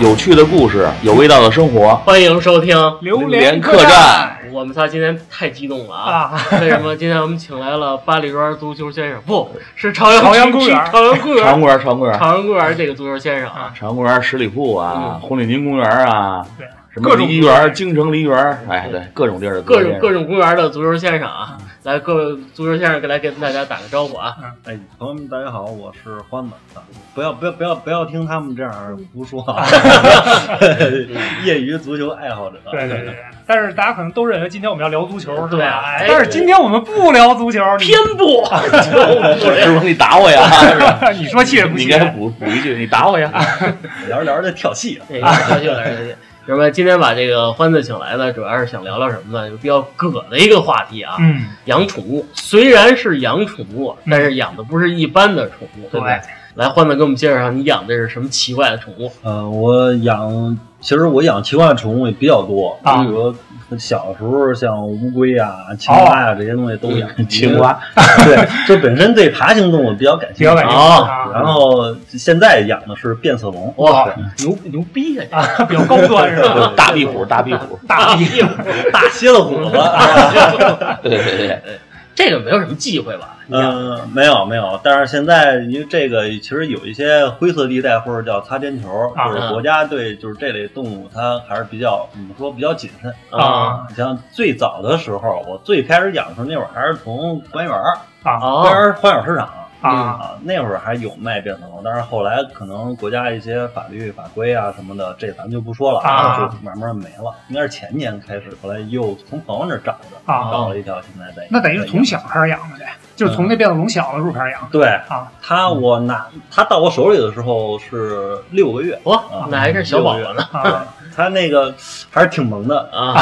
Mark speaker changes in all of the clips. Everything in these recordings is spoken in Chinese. Speaker 1: 有趣的故事，有味道的生活。
Speaker 2: 欢迎收听，
Speaker 3: 榴
Speaker 1: 莲
Speaker 3: 莲
Speaker 1: 客栈
Speaker 2: 我们仨今天太激动了啊！
Speaker 3: 啊，
Speaker 2: 为什么今天我们请来了八里庄足球先生？不是朝阳
Speaker 3: 朝阳公园
Speaker 2: 是朝阳公
Speaker 1: 长
Speaker 2: 园，
Speaker 1: 公园，长公园，
Speaker 2: 朝阳公园这个足球先生啊，
Speaker 1: 长公园十里铺啊，红领巾公园啊
Speaker 3: 嗯对，
Speaker 1: 什么
Speaker 3: 各种
Speaker 1: 梨
Speaker 3: 公
Speaker 1: 园、
Speaker 3: 园
Speaker 1: 京城梨园，哎，对，各种地儿的
Speaker 2: 各种各
Speaker 1: 种。
Speaker 2: 种公园的足球先生啊，来，各位足球先生来跟大家打个招呼啊！
Speaker 4: 哎，朋友们，大家好，我是欢子。啊不要不要不要不要听他们这样胡说 啊！业余足球爱好者，
Speaker 3: 对对对对。但是大家可能都认为今天我们要聊足球，是
Speaker 2: 对啊
Speaker 3: 吧？
Speaker 2: 哎
Speaker 3: 哎但是今天我们不聊足球，
Speaker 2: 偏不，
Speaker 1: 师傅，你打我呀！
Speaker 3: 你你说气 人不
Speaker 1: 你
Speaker 3: 气
Speaker 1: 应该
Speaker 3: 人？
Speaker 1: 补补一句，你打我呀！
Speaker 4: 聊着聊着就跳戏了。
Speaker 2: 这个来去来去。那么今天把这个欢子请来呢，主要是想聊聊什么呢？就比较葛的一个话题啊，
Speaker 3: 嗯，
Speaker 2: 养宠物。虽然是养宠物，但是养的不是一般的宠物，对不对？来，欢子给我们介绍一下，你养的是什么奇怪的宠物？
Speaker 4: 呃，我养，其实我养奇怪的宠物也比较多，
Speaker 3: 啊
Speaker 4: 比如小时候像乌龟啊、青蛙
Speaker 3: 哦
Speaker 4: 呀、这些东西都养。
Speaker 3: 嗯
Speaker 1: 青蛙，
Speaker 4: 对，就本身对爬行动物比较感
Speaker 3: 比
Speaker 4: 兴
Speaker 3: 较
Speaker 4: 趣
Speaker 3: 感。兴
Speaker 2: 哦
Speaker 3: 趣啊，
Speaker 4: 然后现在养的是变色龙，
Speaker 2: 哇，牛牛逼呀、啊！
Speaker 3: 比较高 端是吧？
Speaker 1: 大壁虎，大壁虎，
Speaker 3: 大
Speaker 2: 屁股，
Speaker 4: 大蝎子虎子。 啊
Speaker 1: 对对对对，
Speaker 2: 这个没有什么忌讳吧？你养
Speaker 4: 嗯，没有没有，但是现在因为这个其实有一些灰色地带或者叫擦边球，
Speaker 3: 啊
Speaker 4: 就是国家对就是这类动物它还是比较怎么说比较谨慎。
Speaker 3: 啊
Speaker 4: 你像最早的时候，我最开始养的时候那会儿还是从公园儿、
Speaker 3: 啊
Speaker 4: 公园
Speaker 2: 哦，
Speaker 4: 儿花鸟市场
Speaker 3: 啊！
Speaker 4: 啊，那会儿还有卖变色龙，但是后来可能国家一些法律法规啊什么的，这咱们就不说了，
Speaker 3: 啊
Speaker 4: 就慢慢没了。应该是前年开始，后来又从朋友那儿找的，
Speaker 3: 啊
Speaker 4: 找了一条，现在在
Speaker 3: 那等于是从小开始养的呗，就是从那变色龙小的时候开始养。
Speaker 4: 对
Speaker 3: 啊，
Speaker 4: 他我拿他到我手里的时候是六个月，
Speaker 2: 哇，那还是小宝宝呢
Speaker 3: 啊，
Speaker 4: 他那个还是挺 萌的。
Speaker 2: 啊！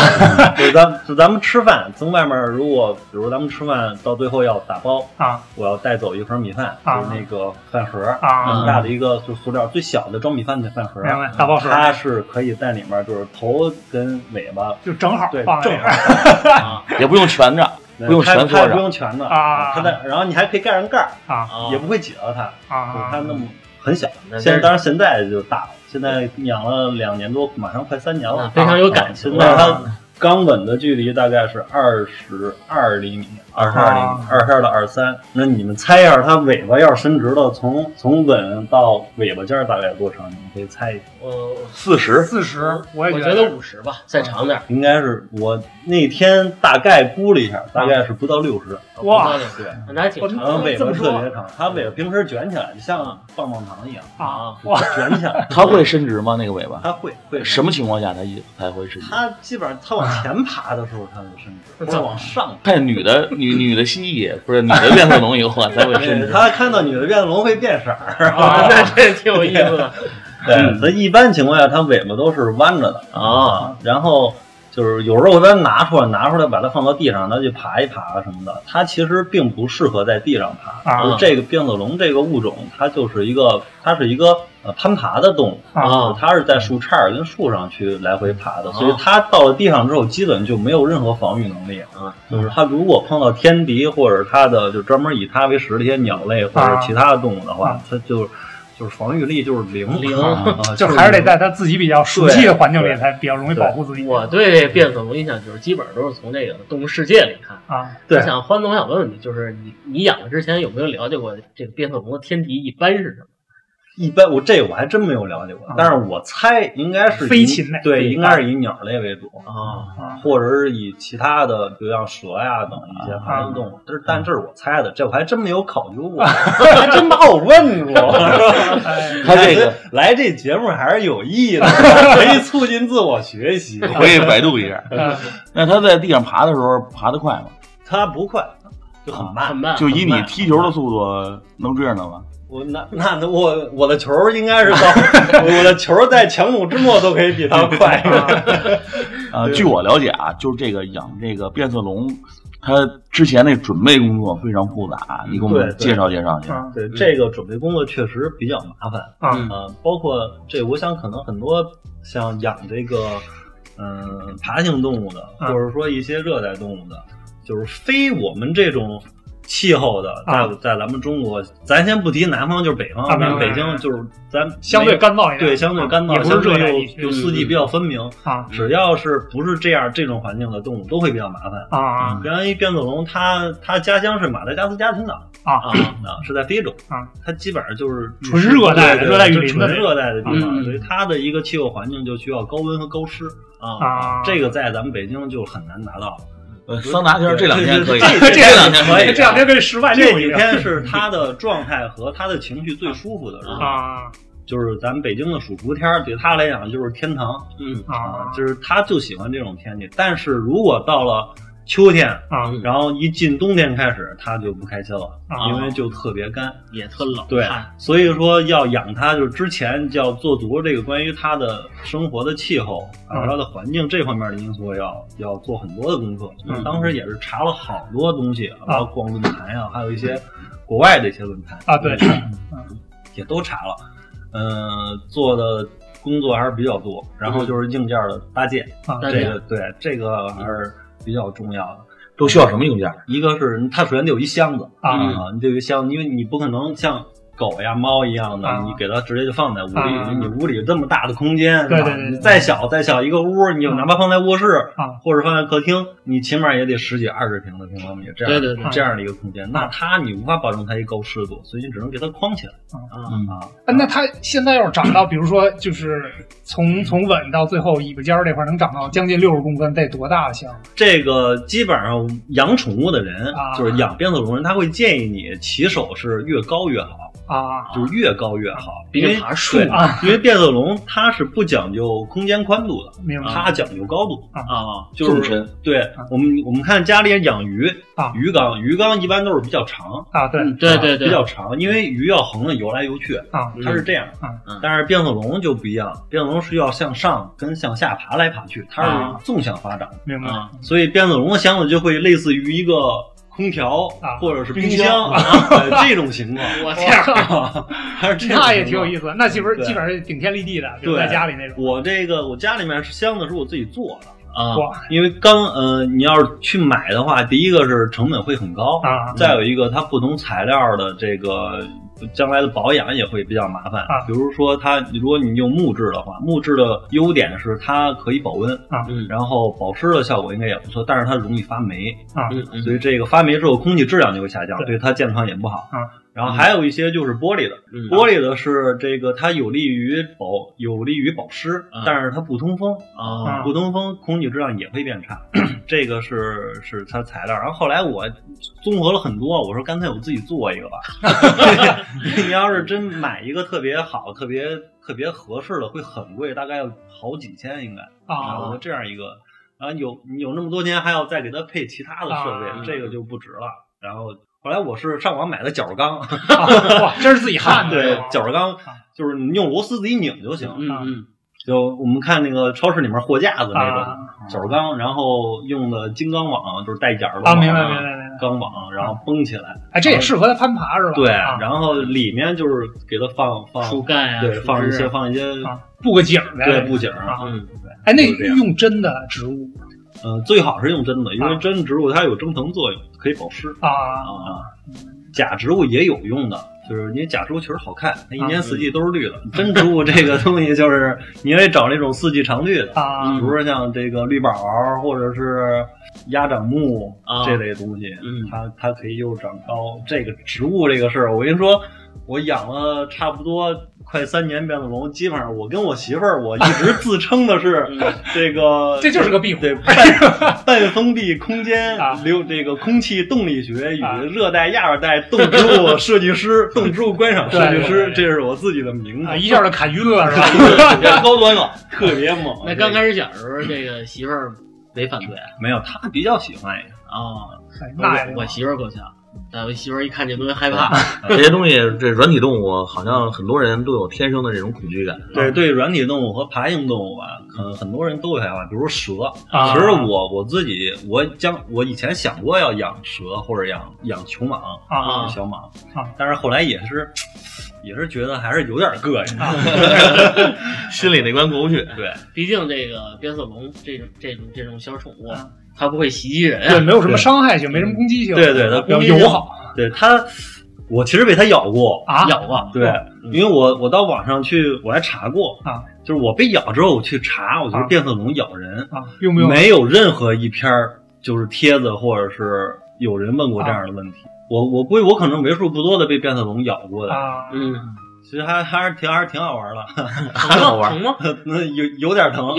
Speaker 4: 就是咱就咱们吃饭，从外面如果比如咱们吃饭到最后要打包，
Speaker 3: 啊
Speaker 4: 我要带走一盒米饭，
Speaker 3: 啊
Speaker 4: 就是那个饭盒，
Speaker 3: 啊
Speaker 4: 很大的一个就是塑料最小的装米饭的饭盒，
Speaker 3: 明白，大爆水
Speaker 4: 它是可以在里面就是头跟尾巴。
Speaker 3: 就正好
Speaker 4: 对，
Speaker 3: 放在
Speaker 4: 正
Speaker 3: 那
Speaker 4: 好
Speaker 3: 儿，
Speaker 2: 啊
Speaker 1: 也不用蜷着，不用
Speaker 4: 它
Speaker 1: 全坐
Speaker 4: 它也
Speaker 1: 着
Speaker 4: 不用全的
Speaker 3: 啊
Speaker 4: 它在，然后你还可以盖上盖儿，
Speaker 3: 啊
Speaker 2: 啊
Speaker 4: 也不会挤到它，就是它
Speaker 3: 啊
Speaker 4: 那么很小。
Speaker 2: 那
Speaker 4: 现在
Speaker 2: 真
Speaker 4: 当然现在就大了，现在养了两年多，马上快三年
Speaker 2: 啊
Speaker 4: 了。
Speaker 2: 非常有感情啊
Speaker 4: 现在它刚吻的距离大概是二十二厘米，二十二厘米
Speaker 3: 啊，
Speaker 4: 二十二到二十三。那你们猜一下，它尾巴要是伸直了，从从吻到尾巴尖儿大概有多长？你们可以猜一下，
Speaker 2: 我
Speaker 1: 四十，
Speaker 3: 四十，我也
Speaker 2: 我觉得五十吧，再长点儿。
Speaker 4: 应该是我那天大概估了一下，大概是不到六十。
Speaker 3: 哇
Speaker 2: 不到这个，那还挺
Speaker 4: 然后
Speaker 2: 长
Speaker 3: 嗯
Speaker 2: 的
Speaker 4: 尾
Speaker 3: 啊这
Speaker 4: 巴
Speaker 3: 么说
Speaker 4: 特别长，它尾巴平时卷起来，就像棒棒糖一样，
Speaker 3: 啊，
Speaker 2: 啊。
Speaker 4: 卷起来。
Speaker 1: 它会伸直吗？那个尾巴？
Speaker 4: 它会 会
Speaker 1: 什么情况下它一才会伸直？
Speaker 4: 它基本上它往前爬的时候，它就伸直；或者往上
Speaker 1: 看女的女女的蜥蜴，不是女的变色龙以后啊才会
Speaker 4: 爬，
Speaker 1: 伸直。
Speaker 4: 它看到你的变龙会变色儿。
Speaker 2: 啊，那这挺有意思的
Speaker 1: 嗯
Speaker 4: 对，所以一般情况下，它尾巴都是弯着的。
Speaker 1: 哦
Speaker 2: 啊！
Speaker 4: 然后就是有时候我把它拿出来，拿出来把它放到地上，它去爬一爬什么的。它其实并不适合在地上爬。
Speaker 3: 啊
Speaker 4: 就是这个变色龙这个物种，它就是一个，它是一个呃攀爬的动物。
Speaker 2: 啊
Speaker 4: 它是在树杈儿跟树上去来回爬的，
Speaker 2: 啊
Speaker 4: 所以它到了地上之后，基本就没有任何防御能力
Speaker 2: 啊。
Speaker 4: 就是它如果碰到天敌或者它的就专门以它为食的一些鸟类或者
Speaker 3: 啊
Speaker 4: 其他的动物的话
Speaker 3: 啊，
Speaker 4: 它就就是防御力就是零
Speaker 2: 零
Speaker 4: 啊
Speaker 3: 就还是得在他自己比较熟悉的环境里，才比较容易保护自己。
Speaker 2: 我对这变色龙印象就是基本上都是从这个动物世界里看。
Speaker 3: 啊，
Speaker 4: 对
Speaker 2: 我想欢总想问问你，就是你你养的之前有没有了解过这个变色龙的天敌一般是什么？
Speaker 4: 一般我这我还真没有了解过
Speaker 3: 啊，
Speaker 4: 但是我猜应该是以
Speaker 3: 飞禽类
Speaker 4: 对，
Speaker 3: 对
Speaker 4: 应该是以鸟类为主。
Speaker 2: 啊
Speaker 4: 或者是以其他的，比如像蛇呀、等一
Speaker 3: 啊
Speaker 4: 些爬行动物，但是但这是我猜的，这我还真没有考 究过，还真把我问 住了。
Speaker 3: 哎
Speaker 1: 它这个
Speaker 4: 来这节目还是有意义 的，可以促进自我学习。
Speaker 1: 回去百度一下。
Speaker 3: 嗯
Speaker 1: 那它在地上爬的时候爬得快吗？
Speaker 4: 他不快，啊就很慢。
Speaker 2: 啊很慢，
Speaker 1: 就以你踢球的速度能追上它吗？
Speaker 4: 我那那那我我的球应该是 到我的球在强弩之末都可以比他快。
Speaker 3: 嗯
Speaker 1: 呃，
Speaker 4: 对
Speaker 1: 据我了解啊，就是这个养这个变色龙，它之前那准备工作非常复杂，啊你给我们
Speaker 4: 对对
Speaker 1: 介绍介绍去。
Speaker 3: 啊
Speaker 4: 对，这个准备工作确实比较麻烦。
Speaker 3: 啊
Speaker 2: 嗯
Speaker 4: 呃，包括这，我想可能很多像养这个，嗯、爬行动物的，
Speaker 3: 嗯
Speaker 4: 或者说一些热带动物的，就是非我们这种气候的，
Speaker 3: 啊
Speaker 4: 在在咱们中国，咱先不提南方，就是北方，
Speaker 3: 啊明
Speaker 4: 咱
Speaker 3: 白
Speaker 4: 北京就是咱
Speaker 3: 相对干燥一点，
Speaker 4: 对相对干燥，
Speaker 3: 也不是
Speaker 4: 相
Speaker 3: 热带
Speaker 4: 对
Speaker 3: 地
Speaker 4: 又又
Speaker 3: 区嗯
Speaker 4: 四季比较分明。
Speaker 3: 啊
Speaker 4: 只要是不是这样这种环境的动物，都会比较麻烦。
Speaker 3: 啊啊
Speaker 4: 原来一变色龙，它它家乡是马达加斯加群岛
Speaker 3: 啊
Speaker 2: 啊，
Speaker 4: 啊，是在非洲
Speaker 3: 啊，
Speaker 4: 它基本上就是
Speaker 3: 纯热带的
Speaker 4: 对对
Speaker 3: 热带雨林的
Speaker 4: 就纯热带的地
Speaker 2: 嗯
Speaker 4: 方，所以它的一个气候环境就需要高温和高湿啊，
Speaker 3: 啊！
Speaker 4: 这个在咱们北京就很难达到。
Speaker 1: 呃，桑拿天这两天可以，
Speaker 3: 对
Speaker 4: 对
Speaker 3: 对
Speaker 1: 这两天
Speaker 4: 可以
Speaker 1: 以
Speaker 3: 哎这两天可以室外
Speaker 4: 这
Speaker 3: 溜
Speaker 4: 几
Speaker 3: 一溜
Speaker 4: 天是它的状态和它的情绪最舒服的日子，
Speaker 3: 啊
Speaker 4: 就是咱们北京的暑伏天儿，对它来讲就是天堂
Speaker 2: 嗯
Speaker 3: 啊
Speaker 4: 就是它就喜欢这种天气。但是如果到了秋天，
Speaker 3: 啊
Speaker 4: 然后一进冬天开始，它就不开心了，
Speaker 3: 啊
Speaker 4: 嗯因为就特别干。
Speaker 2: 也特冷，啊
Speaker 4: 对
Speaker 2: 嗨，
Speaker 4: 所以说要养它，就是之前就要做足这个关于它的生活的气候啊，
Speaker 3: 嗯
Speaker 4: 它的环境这方面的因素要要做很多的功课。
Speaker 2: 嗯
Speaker 4: 当时也是查了好多东西，啊包括论坛呀、还有一些国外的一些论坛嗯
Speaker 3: 啊对
Speaker 4: 也都查了。嗯，做的工作还是比较多，然后就是硬件的搭建，
Speaker 3: 啊
Speaker 2: 搭
Speaker 4: 这
Speaker 2: 建
Speaker 4: 个对这个还是比较重要的。
Speaker 1: 都需要什么硬件？
Speaker 4: 一个是它首先得有一箱子
Speaker 3: 啊
Speaker 4: 啊，你得有一箱子，因为你不可能像狗呀、猫一样的，
Speaker 3: 啊
Speaker 4: 你给它直接就放在屋里，
Speaker 3: 啊
Speaker 4: 你屋里有这么大的空间，
Speaker 3: 对
Speaker 4: 是吧
Speaker 3: 对对对嗯
Speaker 4: 你再小再小一个屋，你就哪怕放在卧室
Speaker 3: 啊
Speaker 4: 或者放在客厅，你起码也得十几二十平的平方米这样
Speaker 2: 对对对
Speaker 4: 这样的一个空
Speaker 3: 啊
Speaker 4: 间，那它你无法保证它一高湿度，所以你只能给它框起来
Speaker 2: 啊，
Speaker 4: 啊。
Speaker 3: 啊那它现在要是长到，比如说就是从从吻到最后尾巴尖儿这块儿能长到将近六十公分，得多大的箱
Speaker 4: 这个基本上养宠物的人，
Speaker 3: 啊
Speaker 4: 就是养变色龙人，他会建议你起手是越高越好，
Speaker 3: 啊
Speaker 4: 就是越高越好，
Speaker 2: 毕
Speaker 4: 因为
Speaker 2: 竟爬树
Speaker 4: 对
Speaker 2: 嘛
Speaker 3: 啊！
Speaker 4: 因为变色龙它是不讲究空间宽度的，
Speaker 3: 明白
Speaker 4: 它讲究高度。
Speaker 2: 啊，
Speaker 4: 就是
Speaker 1: 纵深
Speaker 4: 对
Speaker 3: 嗯
Speaker 4: 我们我们看家里养鱼
Speaker 3: 啊
Speaker 4: 鱼缸鱼缸一般都是比较长，
Speaker 3: 啊对
Speaker 2: 嗯对对对，
Speaker 4: 比较长，因为鱼要横着游来游去，
Speaker 3: 啊
Speaker 4: 它是这样
Speaker 3: 嗯
Speaker 2: 嗯。
Speaker 4: 但是变色龙就不一样，变色龙是要向上跟向下爬来爬去，它
Speaker 2: 啊
Speaker 4: 是纵向发展的。
Speaker 3: 明白
Speaker 2: 啊，
Speaker 4: 所以变色龙的箱子就会类似于一个空调
Speaker 3: 啊
Speaker 4: 或者是
Speaker 3: 冰
Speaker 4: 箱
Speaker 3: 箱
Speaker 4: 啊 这种情况。
Speaker 2: 我天，
Speaker 4: 啊还是这种情况
Speaker 3: 哦那也挺有意思，那基本
Speaker 4: 对
Speaker 3: 基本上顶天立地的，比如
Speaker 4: 对
Speaker 3: 在家里那种
Speaker 4: 我这个我家里面是箱子是我自己做的，
Speaker 2: 啊，
Speaker 3: 哇
Speaker 4: 因为刚呃你要是去买的话，第一个是成本会很高，
Speaker 3: 啊
Speaker 4: 再有一个它不同材料的这个将来的保养也会比较麻烦。
Speaker 3: 啊
Speaker 4: 比如说它如果你用木质的话，木质的优点是它可以保温，
Speaker 3: 啊
Speaker 2: 嗯
Speaker 4: 然后保湿的效果应该也不错，但是它容易发霉。
Speaker 2: 嗯嗯
Speaker 4: 所以这个发霉之后，空气质量就会下降，
Speaker 3: 对
Speaker 4: 对它健康也不好。
Speaker 3: 嗯
Speaker 4: 然后还有一些就是玻璃的，
Speaker 2: 嗯，
Speaker 4: 玻璃的是这个它有利于保有利于保湿
Speaker 2: 嗯，
Speaker 4: 但是它不通风，
Speaker 2: 啊，
Speaker 4: 不通风空气质量也会变差。 这个是是它材料。然后后来我综合了很多，我说干脆我自己做一个吧。你要是真买一个特别好、特别特别合适的，会很贵，大概要好几千应该。啊，我
Speaker 3: 啊
Speaker 4: 们这样一个，然后有你有那么多年还要再给它配其他的设备，
Speaker 3: 啊
Speaker 4: 这个就不值了。然后后来我是上网买的绞儿缸，
Speaker 3: 啊哇，真 是自己焊的，
Speaker 4: 对
Speaker 3: 这，种
Speaker 4: 绞儿缸就是你用螺丝自己拧就行。
Speaker 2: 嗯嗯，
Speaker 4: 就我们看那个超市里面货架子那种
Speaker 3: 啊
Speaker 4: 绞儿缸，然后用的金刚网，就是带眼儿的
Speaker 3: 啊，
Speaker 4: 网
Speaker 3: 明白明白明白明白，
Speaker 4: 钢网，然后绷起来，
Speaker 3: 哎，这也适合它攀爬是吧？
Speaker 4: 对，
Speaker 3: 啊
Speaker 4: 然后里面就是给它放放，
Speaker 2: 树干啊，
Speaker 4: 对，
Speaker 2: 树
Speaker 4: 放一
Speaker 2: 枝
Speaker 4: 些
Speaker 2: 啊，
Speaker 4: 放一些，
Speaker 3: 啊布个景儿呗，
Speaker 4: 对，布景儿，
Speaker 3: 啊
Speaker 2: 嗯
Speaker 3: 哎，那
Speaker 4: 就是这样
Speaker 3: 用真的植物
Speaker 4: 呃，最好是用真的，因
Speaker 3: 啊
Speaker 4: 为真植物它有蒸腾作用，可以保湿。
Speaker 3: 啊
Speaker 4: 啊，假植物也有用的，就是因为假植物确实好看，它一
Speaker 3: 啊
Speaker 4: 年四季都是绿的。真植物这个东西就是你得找那种四季常绿的，
Speaker 3: 啊
Speaker 4: 比如
Speaker 2: 嗯
Speaker 4: 说像这个绿宝儿或者是鸭掌木
Speaker 2: 啊
Speaker 4: 这类东西，
Speaker 2: 嗯
Speaker 4: 它它可以又长高。这个植物这个事儿，我跟你说，我养了差不多。快三年变色龙，基本上我跟我媳妇儿，我一直自称 的是
Speaker 2: 嗯
Speaker 4: 这 个，
Speaker 3: 这就是个壁虎
Speaker 4: 对， 半半封闭空间
Speaker 3: 啊
Speaker 4: 流这个空气动力学与
Speaker 3: 啊
Speaker 4: 热带亚热带动植物设 计师、动植物观赏设计
Speaker 3: 对
Speaker 4: 师
Speaker 3: 对对，
Speaker 4: 这是我自己的名字
Speaker 3: 啊，，一下就砍晕了是吧？
Speaker 4: 特别高端了，特别猛。啊
Speaker 2: 那刚开始小时候，这个媳妇儿没反对啊
Speaker 4: 没有，他比较喜欢，
Speaker 2: 啊，
Speaker 3: 哎那也
Speaker 2: 我我媳妇儿够呛，但我媳妇儿一看这东西害
Speaker 4: 啊
Speaker 2: 怕，
Speaker 1: 这些东西，这软体动物好像很多人都有天生的这种恐惧感。
Speaker 4: 对对，软体动物和爬行动物吧，可能很多人都会害怕，比如蛇。
Speaker 3: 啊
Speaker 4: 其实我我自己，我将我以前想过要养蛇或者养养球蟒，
Speaker 3: 啊
Speaker 4: 小蟒
Speaker 3: 啊，
Speaker 4: 但是后来也是也是觉得还是有点膈应。
Speaker 3: 啊
Speaker 1: 心里那关过不去。
Speaker 4: 对，
Speaker 2: 毕竟这个变色龙这种这种这种小宠物
Speaker 3: 啊，
Speaker 2: 它不会袭击人
Speaker 3: 对，
Speaker 2: 啊，
Speaker 3: 没有什么伤害性，没什么攻击性，
Speaker 4: 对对，它
Speaker 3: 比较
Speaker 4: 攻击性
Speaker 3: 友好
Speaker 4: 对它，我其实被它咬过，
Speaker 3: 啊，
Speaker 2: 咬过，
Speaker 4: 对，因为我我到网上去我还查过
Speaker 3: 啊，
Speaker 4: 就是我被咬之后我去查，我觉得
Speaker 3: 啊
Speaker 4: 变色龙咬人，
Speaker 3: 啊，用不用？
Speaker 4: 没有任何一篇儿就是帖子或者是有人问过这样的问题。我我估计我可能为数不多的被变色龙咬过的，
Speaker 3: 啊，
Speaker 2: 嗯，
Speaker 4: 其实还还是挺还是挺好玩的，
Speaker 2: 疼吗？疼吗？
Speaker 4: 那有有点疼，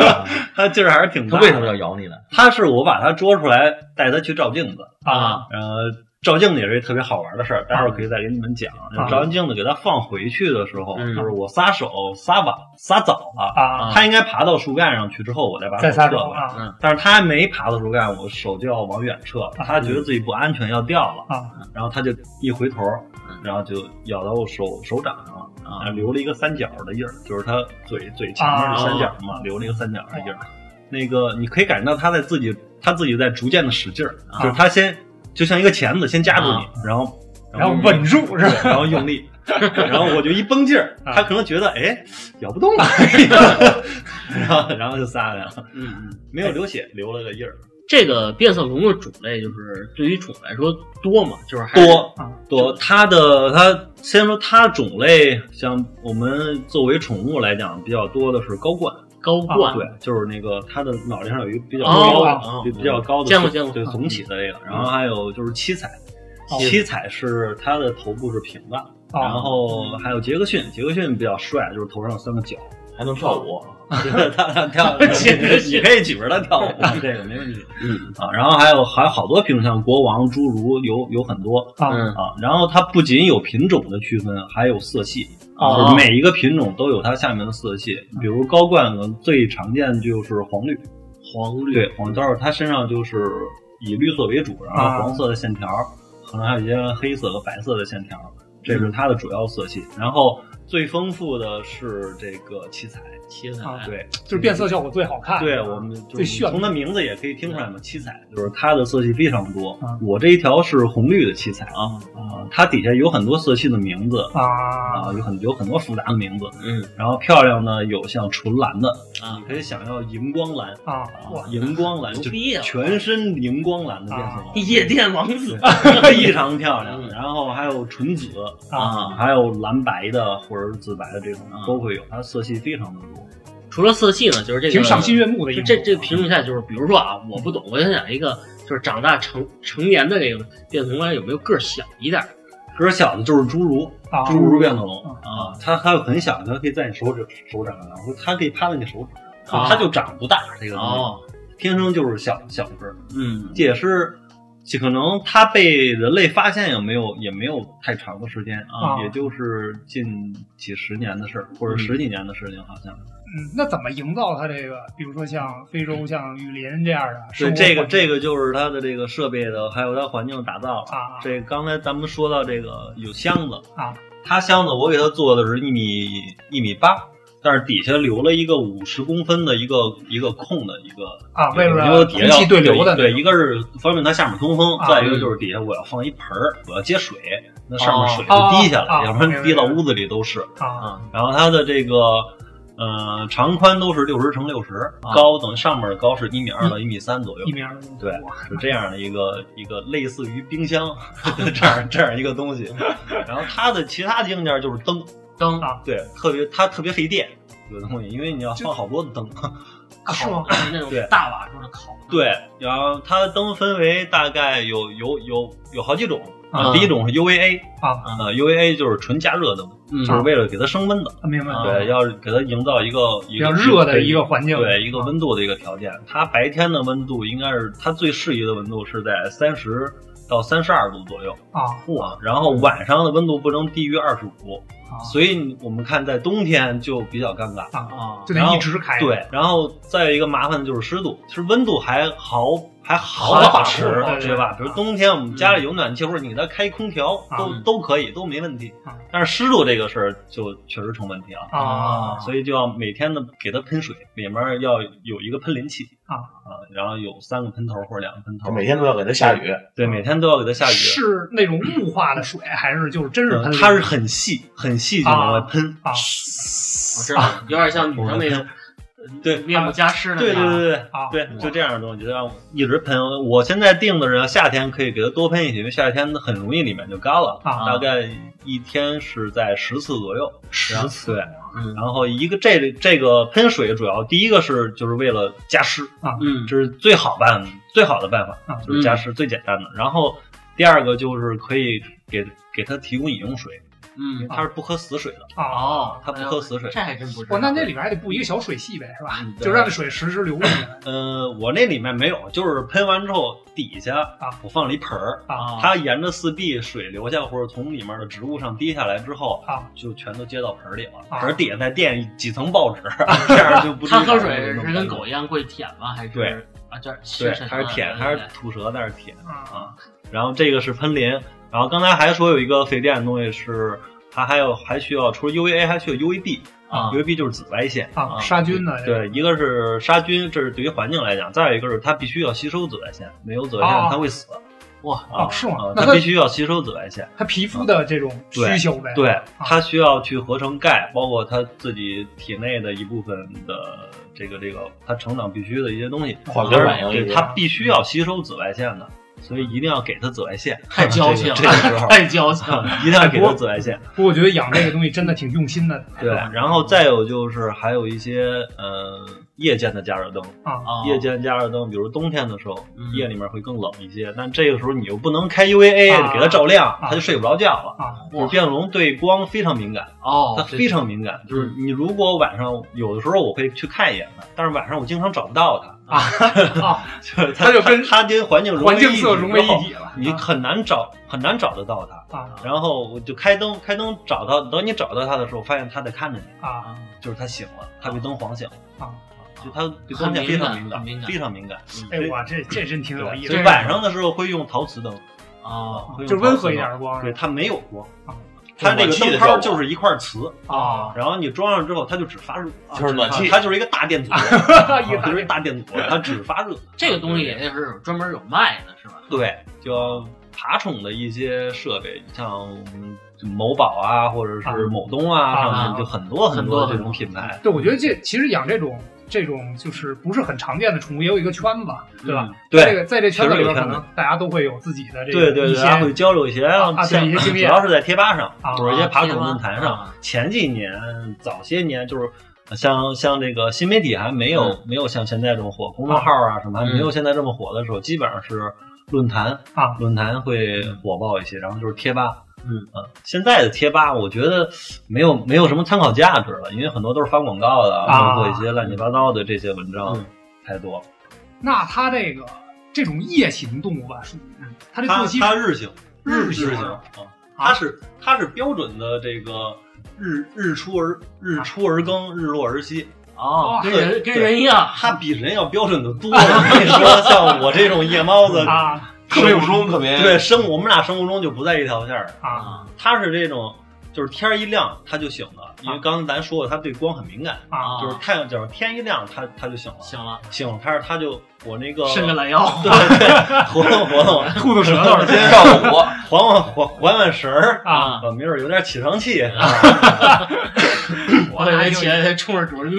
Speaker 4: 它劲儿还是挺
Speaker 5: 它
Speaker 4: 大。
Speaker 5: 为什么要咬你呢？
Speaker 4: 它是我把它捉出来，带它去照镜子，
Speaker 2: 啊，
Speaker 4: 呃，照镜子也是一特别好玩的事儿，待会儿可以再给你们讲。
Speaker 3: 啊
Speaker 4: 照完镜子给它放回去的时候，
Speaker 2: 嗯
Speaker 4: 就是我撒手撒晚撒早了，
Speaker 3: 啊，
Speaker 4: 它应该爬到树干上去之后，我再把
Speaker 3: 再
Speaker 4: 手
Speaker 3: 撒
Speaker 4: 撤
Speaker 3: 手
Speaker 4: 回来。
Speaker 3: 啊
Speaker 4: 但是它还没爬到树干，我手就要往远撤，它觉得自己不安全要掉了，
Speaker 3: 啊
Speaker 4: 然后它就一回头，然后就咬到我手手掌上了，啊，留了一个三角的印儿，就是它嘴嘴前
Speaker 3: 啊
Speaker 4: 面是三角嘛，留了一个三角的印儿。那个你可以感觉到它在自己，它自己在逐渐的使劲儿，
Speaker 3: 啊
Speaker 4: 就是它先就像一个钳子先夹住你，然后
Speaker 3: 然后稳住是吧？
Speaker 4: 然后用 力，然后我就一绷劲儿，
Speaker 3: 啊
Speaker 4: 它可能觉得哎咬 不动了，然后然后就撒开了，
Speaker 2: 嗯，
Speaker 4: 没有流血，留了个印儿。
Speaker 2: 这个变色龙的种类就是对于种来说多嘛，就是还是
Speaker 4: 多
Speaker 3: 啊
Speaker 4: 多，它的它先说它种类，像我们作为宠物来讲，比较多的是高冠，
Speaker 2: 高冠，
Speaker 4: 啊对，就是那个它的脑袋上有一个比较
Speaker 2: 哦
Speaker 4: 高的、
Speaker 2: 哦
Speaker 4: 比比较高的
Speaker 2: 见过见过
Speaker 4: 对耸起的这个，然后还有就是七彩，
Speaker 3: 哦
Speaker 4: 七彩是它的头部是平的，然
Speaker 3: 啊，
Speaker 4: 后还有杰克逊，杰克逊比较帅，就是头上有三个角，
Speaker 5: 还能跳舞？
Speaker 4: 他他 跳，你你可以举着他跳 舞，啊这个没问题。
Speaker 2: 嗯
Speaker 4: 啊，然后还有还有好多品种，像国王、侏儒有有很多
Speaker 3: 啊
Speaker 2: 嗯
Speaker 4: 啊。然后它不仅有品种的区分，还有色系，啊
Speaker 2: 哦
Speaker 4: 就是每一个品种都有它下面的色系。比如高冠呢，最常见就是黄绿，黄绿对黄绿，但是它身上就是以绿色为主，然
Speaker 3: 啊
Speaker 4: 后黄色的线条，可能还有一些黑色和白色的线条，这是它的主要色系。然后最丰富的是这个七彩，
Speaker 2: 七彩，
Speaker 3: 啊
Speaker 4: 对。
Speaker 3: 就是变色效果最好看。
Speaker 4: 对，我们就
Speaker 3: 最
Speaker 4: 是
Speaker 3: 炫
Speaker 4: 从它名字也可以听出来嘛，七彩就是它的色系非常多
Speaker 3: 啊。
Speaker 4: 我这一条是红绿的七彩啊，啊，它底下有很多色系的名字
Speaker 3: 啊
Speaker 4: 啊，有很有很多复杂的名字。
Speaker 2: 嗯
Speaker 4: 然后漂亮呢，有像纯蓝的，
Speaker 2: 啊
Speaker 4: 你可以想要荧光蓝
Speaker 3: 啊，
Speaker 4: 啊
Speaker 3: 哇，
Speaker 4: 荧光蓝
Speaker 2: 牛
Speaker 4: 就
Speaker 2: 逼啊
Speaker 4: 全身荧光蓝的变色龙。
Speaker 2: 夜店王子
Speaker 4: 非常漂亮，
Speaker 2: 嗯
Speaker 4: 然后还有纯紫
Speaker 3: 啊
Speaker 4: 还有蓝白的或者是紫白的这种
Speaker 2: 啊
Speaker 4: 都会有，它色系非常的多。
Speaker 2: 除了色系呢，就是这个
Speaker 3: 挺赏心悦目的一
Speaker 2: 就
Speaker 3: 种。
Speaker 2: 这这个品种下，就是比如说啊，我不懂，我想想一个，就是长大成成年的这个变形龙有没有个儿小一点儿？
Speaker 4: 个儿小的就是侏儒，
Speaker 3: 啊
Speaker 4: 侏儒变色龙啊，它还有很小的，它可以在你手指手掌上，然后它可以趴在你手指上，
Speaker 2: 啊
Speaker 4: 它就长不大。这个东西
Speaker 2: 哦，
Speaker 4: 天生就是小小个儿，
Speaker 2: 嗯
Speaker 4: 这也是可能它被人类发现也没有也没有太长的时间啊，
Speaker 3: 啊
Speaker 4: 也就是近几十年的事儿，或者
Speaker 2: 嗯
Speaker 4: 十几年的事情，好像。
Speaker 3: 嗯，那怎么营造它这个？比如说像非洲、像雨林这样的
Speaker 4: 对，
Speaker 3: 生活环境，
Speaker 4: 这个这个就是它的这个设备的，还有它环境的打造了。
Speaker 3: 啊
Speaker 4: 这刚才咱们说到这个有箱子
Speaker 3: 啊，
Speaker 4: 它箱子我给它做的是一米一米八，但是底下留了一个五十公分的一个一个空的一个，
Speaker 3: 啊，为
Speaker 4: 因为
Speaker 3: 了
Speaker 4: 我底
Speaker 3: 空
Speaker 4: 下
Speaker 3: 气
Speaker 4: 要
Speaker 3: 对流的
Speaker 4: 对，
Speaker 3: 那
Speaker 4: 一
Speaker 3: 种
Speaker 4: 个是方便它下面通风，
Speaker 3: 啊
Speaker 4: 再一个就是底下我要放一盆儿，我要接水，那上面水
Speaker 3: 哦
Speaker 4: 就滴下
Speaker 3: 哦哦
Speaker 4: 来，要不
Speaker 3: 明
Speaker 4: 然
Speaker 3: 白
Speaker 4: 滴到
Speaker 3: 明白
Speaker 4: 屋子里都是
Speaker 3: 啊
Speaker 4: 啊。然后它的这个。呃，长宽都是六十乘六十，高等于上面的高是一米二到一米三左右
Speaker 3: 啊一，面儿
Speaker 4: 对，是这样的一个一个类似于冰箱这样这样一个东西。然后它的其他的硬件就是灯，
Speaker 2: 灯
Speaker 3: 啊
Speaker 4: 对，特别它特别费电这个东西，因为你要放好多的灯。
Speaker 3: 是吗？
Speaker 2: 那种
Speaker 4: 对
Speaker 2: 大瓦上的烤，
Speaker 4: 对，然后它的灯分为大概有有有有好几种
Speaker 2: 啊
Speaker 4: 啊，第一种是 UVA
Speaker 3: 啊，
Speaker 4: 啊，UVA 就是纯加热灯，
Speaker 2: 嗯
Speaker 4: 就是为了给它升温的，
Speaker 3: 明白了，
Speaker 4: 对，要给它营造一个
Speaker 3: 啊比
Speaker 4: 一
Speaker 3: 较
Speaker 4: 个
Speaker 3: 热的一个啊环境，
Speaker 4: 对一个温度的一个条件。它白天的温度应该是它最适宜的温度是在三十到三十二度左右，
Speaker 3: 啊
Speaker 4: 啊，然后晚上的温度不能低于二十五，
Speaker 3: 啊，
Speaker 4: 所以我们看在冬天就比较尴尬。
Speaker 2: 啊，
Speaker 3: 就得一直开，
Speaker 4: 对，然后再有一个麻烦的就是湿度，其实温度还好还好
Speaker 3: 好把
Speaker 4: 把
Speaker 3: 持
Speaker 4: 持
Speaker 3: 对，
Speaker 4: 对吧？比如冬天我们家里有暖气，或者你给它开空调，都
Speaker 2: 嗯
Speaker 4: 都可以，都没问题
Speaker 3: 啊。
Speaker 4: 但是湿度这个事儿就确实成问题了。
Speaker 3: 啊
Speaker 4: 所以就要每天的给它喷水，里面要有一个喷淋器
Speaker 3: 啊
Speaker 4: 然后有三个喷头或者两个喷头，
Speaker 5: 每天都要给它下雨，
Speaker 4: 对每天都要给它下雨。
Speaker 3: 是那种雾化的水，还是就是真是
Speaker 4: 嗯
Speaker 3: 喷？
Speaker 4: 它是很细很细就往外喷，
Speaker 3: 啊
Speaker 2: 我知道，有点像女生那个
Speaker 4: 对
Speaker 2: 面部加湿的
Speaker 4: 对对
Speaker 2: 那
Speaker 4: 对
Speaker 2: 个
Speaker 4: 对
Speaker 3: 啊
Speaker 4: 对，对就这样的东西，就让我一直喷。我现在定的是夏天可以给它多喷一些，因为夏天很容易里面就干了，
Speaker 3: 啊
Speaker 4: 大概一天是在十次左右。十次，对
Speaker 2: 嗯
Speaker 4: 然后一个这这个喷水主要第一个是就是为了加湿，
Speaker 2: 嗯
Speaker 4: 这是最好办最好的办法，
Speaker 3: 啊嗯
Speaker 4: 就是加湿最简单的。然后第二个就是可以给给它提供饮用水，
Speaker 2: 嗯
Speaker 4: 它是不喝死水的，
Speaker 3: 啊！
Speaker 2: 哦，
Speaker 4: 它不喝死水。
Speaker 2: 这还真不是。
Speaker 3: 我那那里边还得布一个小水系呗，是吧
Speaker 4: 嗯？对
Speaker 3: 就让这水实时流过去。
Speaker 4: 呃，我那里面没有，就是喷完之后底下
Speaker 3: 啊
Speaker 4: 我放了一盆儿，
Speaker 2: 啊，
Speaker 4: 它沿着四壁水流下或者从里面的植物上滴下来之后
Speaker 3: 啊，
Speaker 4: 就全都接到盆儿里了，
Speaker 3: 啊
Speaker 4: 盆儿底下再垫几 层报纸，这样就不至于
Speaker 2: 它喝
Speaker 4: 把这
Speaker 2: 水
Speaker 4: 个弄
Speaker 2: 是
Speaker 4: 干
Speaker 2: 跟
Speaker 4: 了
Speaker 2: 狗一嗯样会舔吗？还是
Speaker 4: 对
Speaker 2: 啊，这
Speaker 4: 对，
Speaker 2: 是
Speaker 4: 它是舔，它
Speaker 2: 还
Speaker 4: 是吐舌，但是舔
Speaker 3: 啊
Speaker 4: 啊。然后这个是喷淋，然后刚才还说有一个肥电的东西是，它还有还需要除了 UVA 还需要 UVB，UVB
Speaker 2: 啊
Speaker 4: 就是紫外线
Speaker 3: 啊！杀菌呢？这个
Speaker 4: 对，一个是杀菌，这是对于环境来讲；再有一个是它必须要吸收紫外线，没有紫外线
Speaker 3: 哦
Speaker 4: 它会死。
Speaker 2: 哇
Speaker 4: 啊
Speaker 3: 哦是吗
Speaker 4: 啊
Speaker 3: 那
Speaker 4: 它
Speaker 3: 它
Speaker 4: 必须要吸收紫外线，
Speaker 3: 它皮肤的这种需求呗。啊
Speaker 4: 对，
Speaker 2: 啊
Speaker 4: 它需要去合成钙，包括它自己体内的一部分的这个这个它成长必须的一些东西，
Speaker 5: 化学反应
Speaker 4: 对
Speaker 5: 一些
Speaker 4: 它必须要吸收紫外线的，所以一定要给它紫外线。啊
Speaker 2: 太矫情了，
Speaker 4: 这个这个 时候嗯
Speaker 2: 太矫情了。
Speaker 4: 一定要给它紫外线。
Speaker 3: 不过我觉得养这个东西真的挺用心的
Speaker 4: 对，然后再有就是还有一些呃夜间的加热灯，
Speaker 3: 啊
Speaker 2: 啊
Speaker 4: 夜间加热灯，比如冬天的时候
Speaker 2: 嗯，
Speaker 4: 夜里面会更冷一些，但这个时候你又不能开 UVA
Speaker 3: 啊
Speaker 4: 给它照亮，
Speaker 3: 啊
Speaker 4: 它就睡不着觉了。
Speaker 3: 啊！
Speaker 4: 就是变龙对光非常敏感，它
Speaker 2: 哦，
Speaker 4: 非常敏感。就是
Speaker 3: 嗯
Speaker 4: 你如果晚上有的时候我会去看一眼它，但是晚上我经常找不到它
Speaker 3: 啊，
Speaker 4: 就是
Speaker 3: 它就跟
Speaker 4: 它它跟环境融为
Speaker 3: 环境
Speaker 4: 一体
Speaker 3: 色融为
Speaker 4: 之后
Speaker 3: 一体啊了
Speaker 4: 你很难找很难找得到它。
Speaker 3: 啊
Speaker 4: 然后我就开灯，开灯找到，等你找到它的时候，发现它在看着你，
Speaker 3: 啊！
Speaker 4: 就是它醒了，它被灯晃醒了，
Speaker 3: 啊
Speaker 4: 就它对光线非常敏感，
Speaker 2: 很敏感
Speaker 4: 非常敏感。
Speaker 3: 哎，我这这真挺有意
Speaker 4: 对，
Speaker 3: 思
Speaker 4: 所以
Speaker 3: 的。
Speaker 4: 晚上的时候会用陶瓷灯，
Speaker 2: 哦
Speaker 4: 会用
Speaker 3: 就是
Speaker 4: 陶瓷
Speaker 3: 温和一
Speaker 4: 灯
Speaker 3: 点的光
Speaker 4: 对，它没有光
Speaker 3: 啊，
Speaker 4: 它这个灯泡就是一块瓷，
Speaker 3: 啊，
Speaker 4: 然后你装上之后，它就只发热，
Speaker 5: 就是暖气
Speaker 4: 它就是一个大 电阻，
Speaker 3: 一
Speaker 4: 它就是一
Speaker 3: 个
Speaker 4: 大电阻，
Speaker 3: 哎
Speaker 4: 它只发热。
Speaker 2: 这个东西也是专门有卖的，是吧？
Speaker 4: 对，就爬宠的一些设备，像我们某宝啊，或者是某东啊，
Speaker 3: 啊
Speaker 4: 上面就很多
Speaker 2: 很多
Speaker 4: 多
Speaker 2: 很
Speaker 4: 这
Speaker 2: 多
Speaker 4: 种品牌，
Speaker 3: 对，我觉得这其实养这种这种就是不是很常见的宠物，也有一个圈子，对吧？
Speaker 4: 嗯？
Speaker 3: 在这
Speaker 4: 对。
Speaker 3: 个在这圈子里边，可
Speaker 4: 其实有圈子
Speaker 3: 能大家都会有自己的这个
Speaker 4: 对对
Speaker 3: 一
Speaker 4: 对，
Speaker 3: 些
Speaker 4: 大家会交流一些
Speaker 3: 啊对
Speaker 4: 像
Speaker 3: 一些经验
Speaker 4: 主要是在贴吧上
Speaker 3: 啊
Speaker 4: 或者一些爬宠论
Speaker 2: 啊
Speaker 4: 坛
Speaker 2: 贴吧
Speaker 4: 上。前几年、早些年，就是像像这个新媒体还没有
Speaker 3: 嗯
Speaker 4: 没有像现在这么火，公众号啊什么还没有现在这么火的时候，基本上是论坛
Speaker 3: 啊
Speaker 4: 论坛会火爆一些，然后就是贴吧。
Speaker 2: 嗯
Speaker 4: 啊，现在的贴吧我觉得没有没有什么参考价值了，因为很多都是发广告的，
Speaker 3: 啊
Speaker 4: 包括一些乱七八糟的这些文章
Speaker 2: 嗯
Speaker 4: 太多。
Speaker 3: 那它这个这种夜行动物吧，属于它这
Speaker 4: 它
Speaker 3: 作息
Speaker 4: 它日行
Speaker 3: 日
Speaker 4: 行
Speaker 3: 行
Speaker 4: 啊，它是它是标准的这个日日出而日出而更，日落而息。
Speaker 2: 哦，跟人
Speaker 4: 对
Speaker 2: 跟人一啊样，
Speaker 4: 它比人要标准的多了。我跟你说，像我这种夜猫子，
Speaker 3: 啊
Speaker 5: 特别有中，特别
Speaker 4: 对生我们俩生物钟就不在一条线儿上。
Speaker 3: 啊
Speaker 4: 它是这种，就是天儿一亮它就醒了，因为刚刚咱说过它对光很敏感，
Speaker 3: 啊
Speaker 4: 就是太阳就是天一亮它它就醒了，
Speaker 2: 行了，
Speaker 4: 醒了开始它就我那个
Speaker 2: 伸个懒腰，
Speaker 4: 对对活动活动，
Speaker 3: 吐吐舌头 儿
Speaker 5: 先上火，
Speaker 4: 缓缓缓缓缓神儿。
Speaker 3: 啊！
Speaker 4: 啊，没准儿有点起床气，
Speaker 2: 我以为起来再冲着 主人，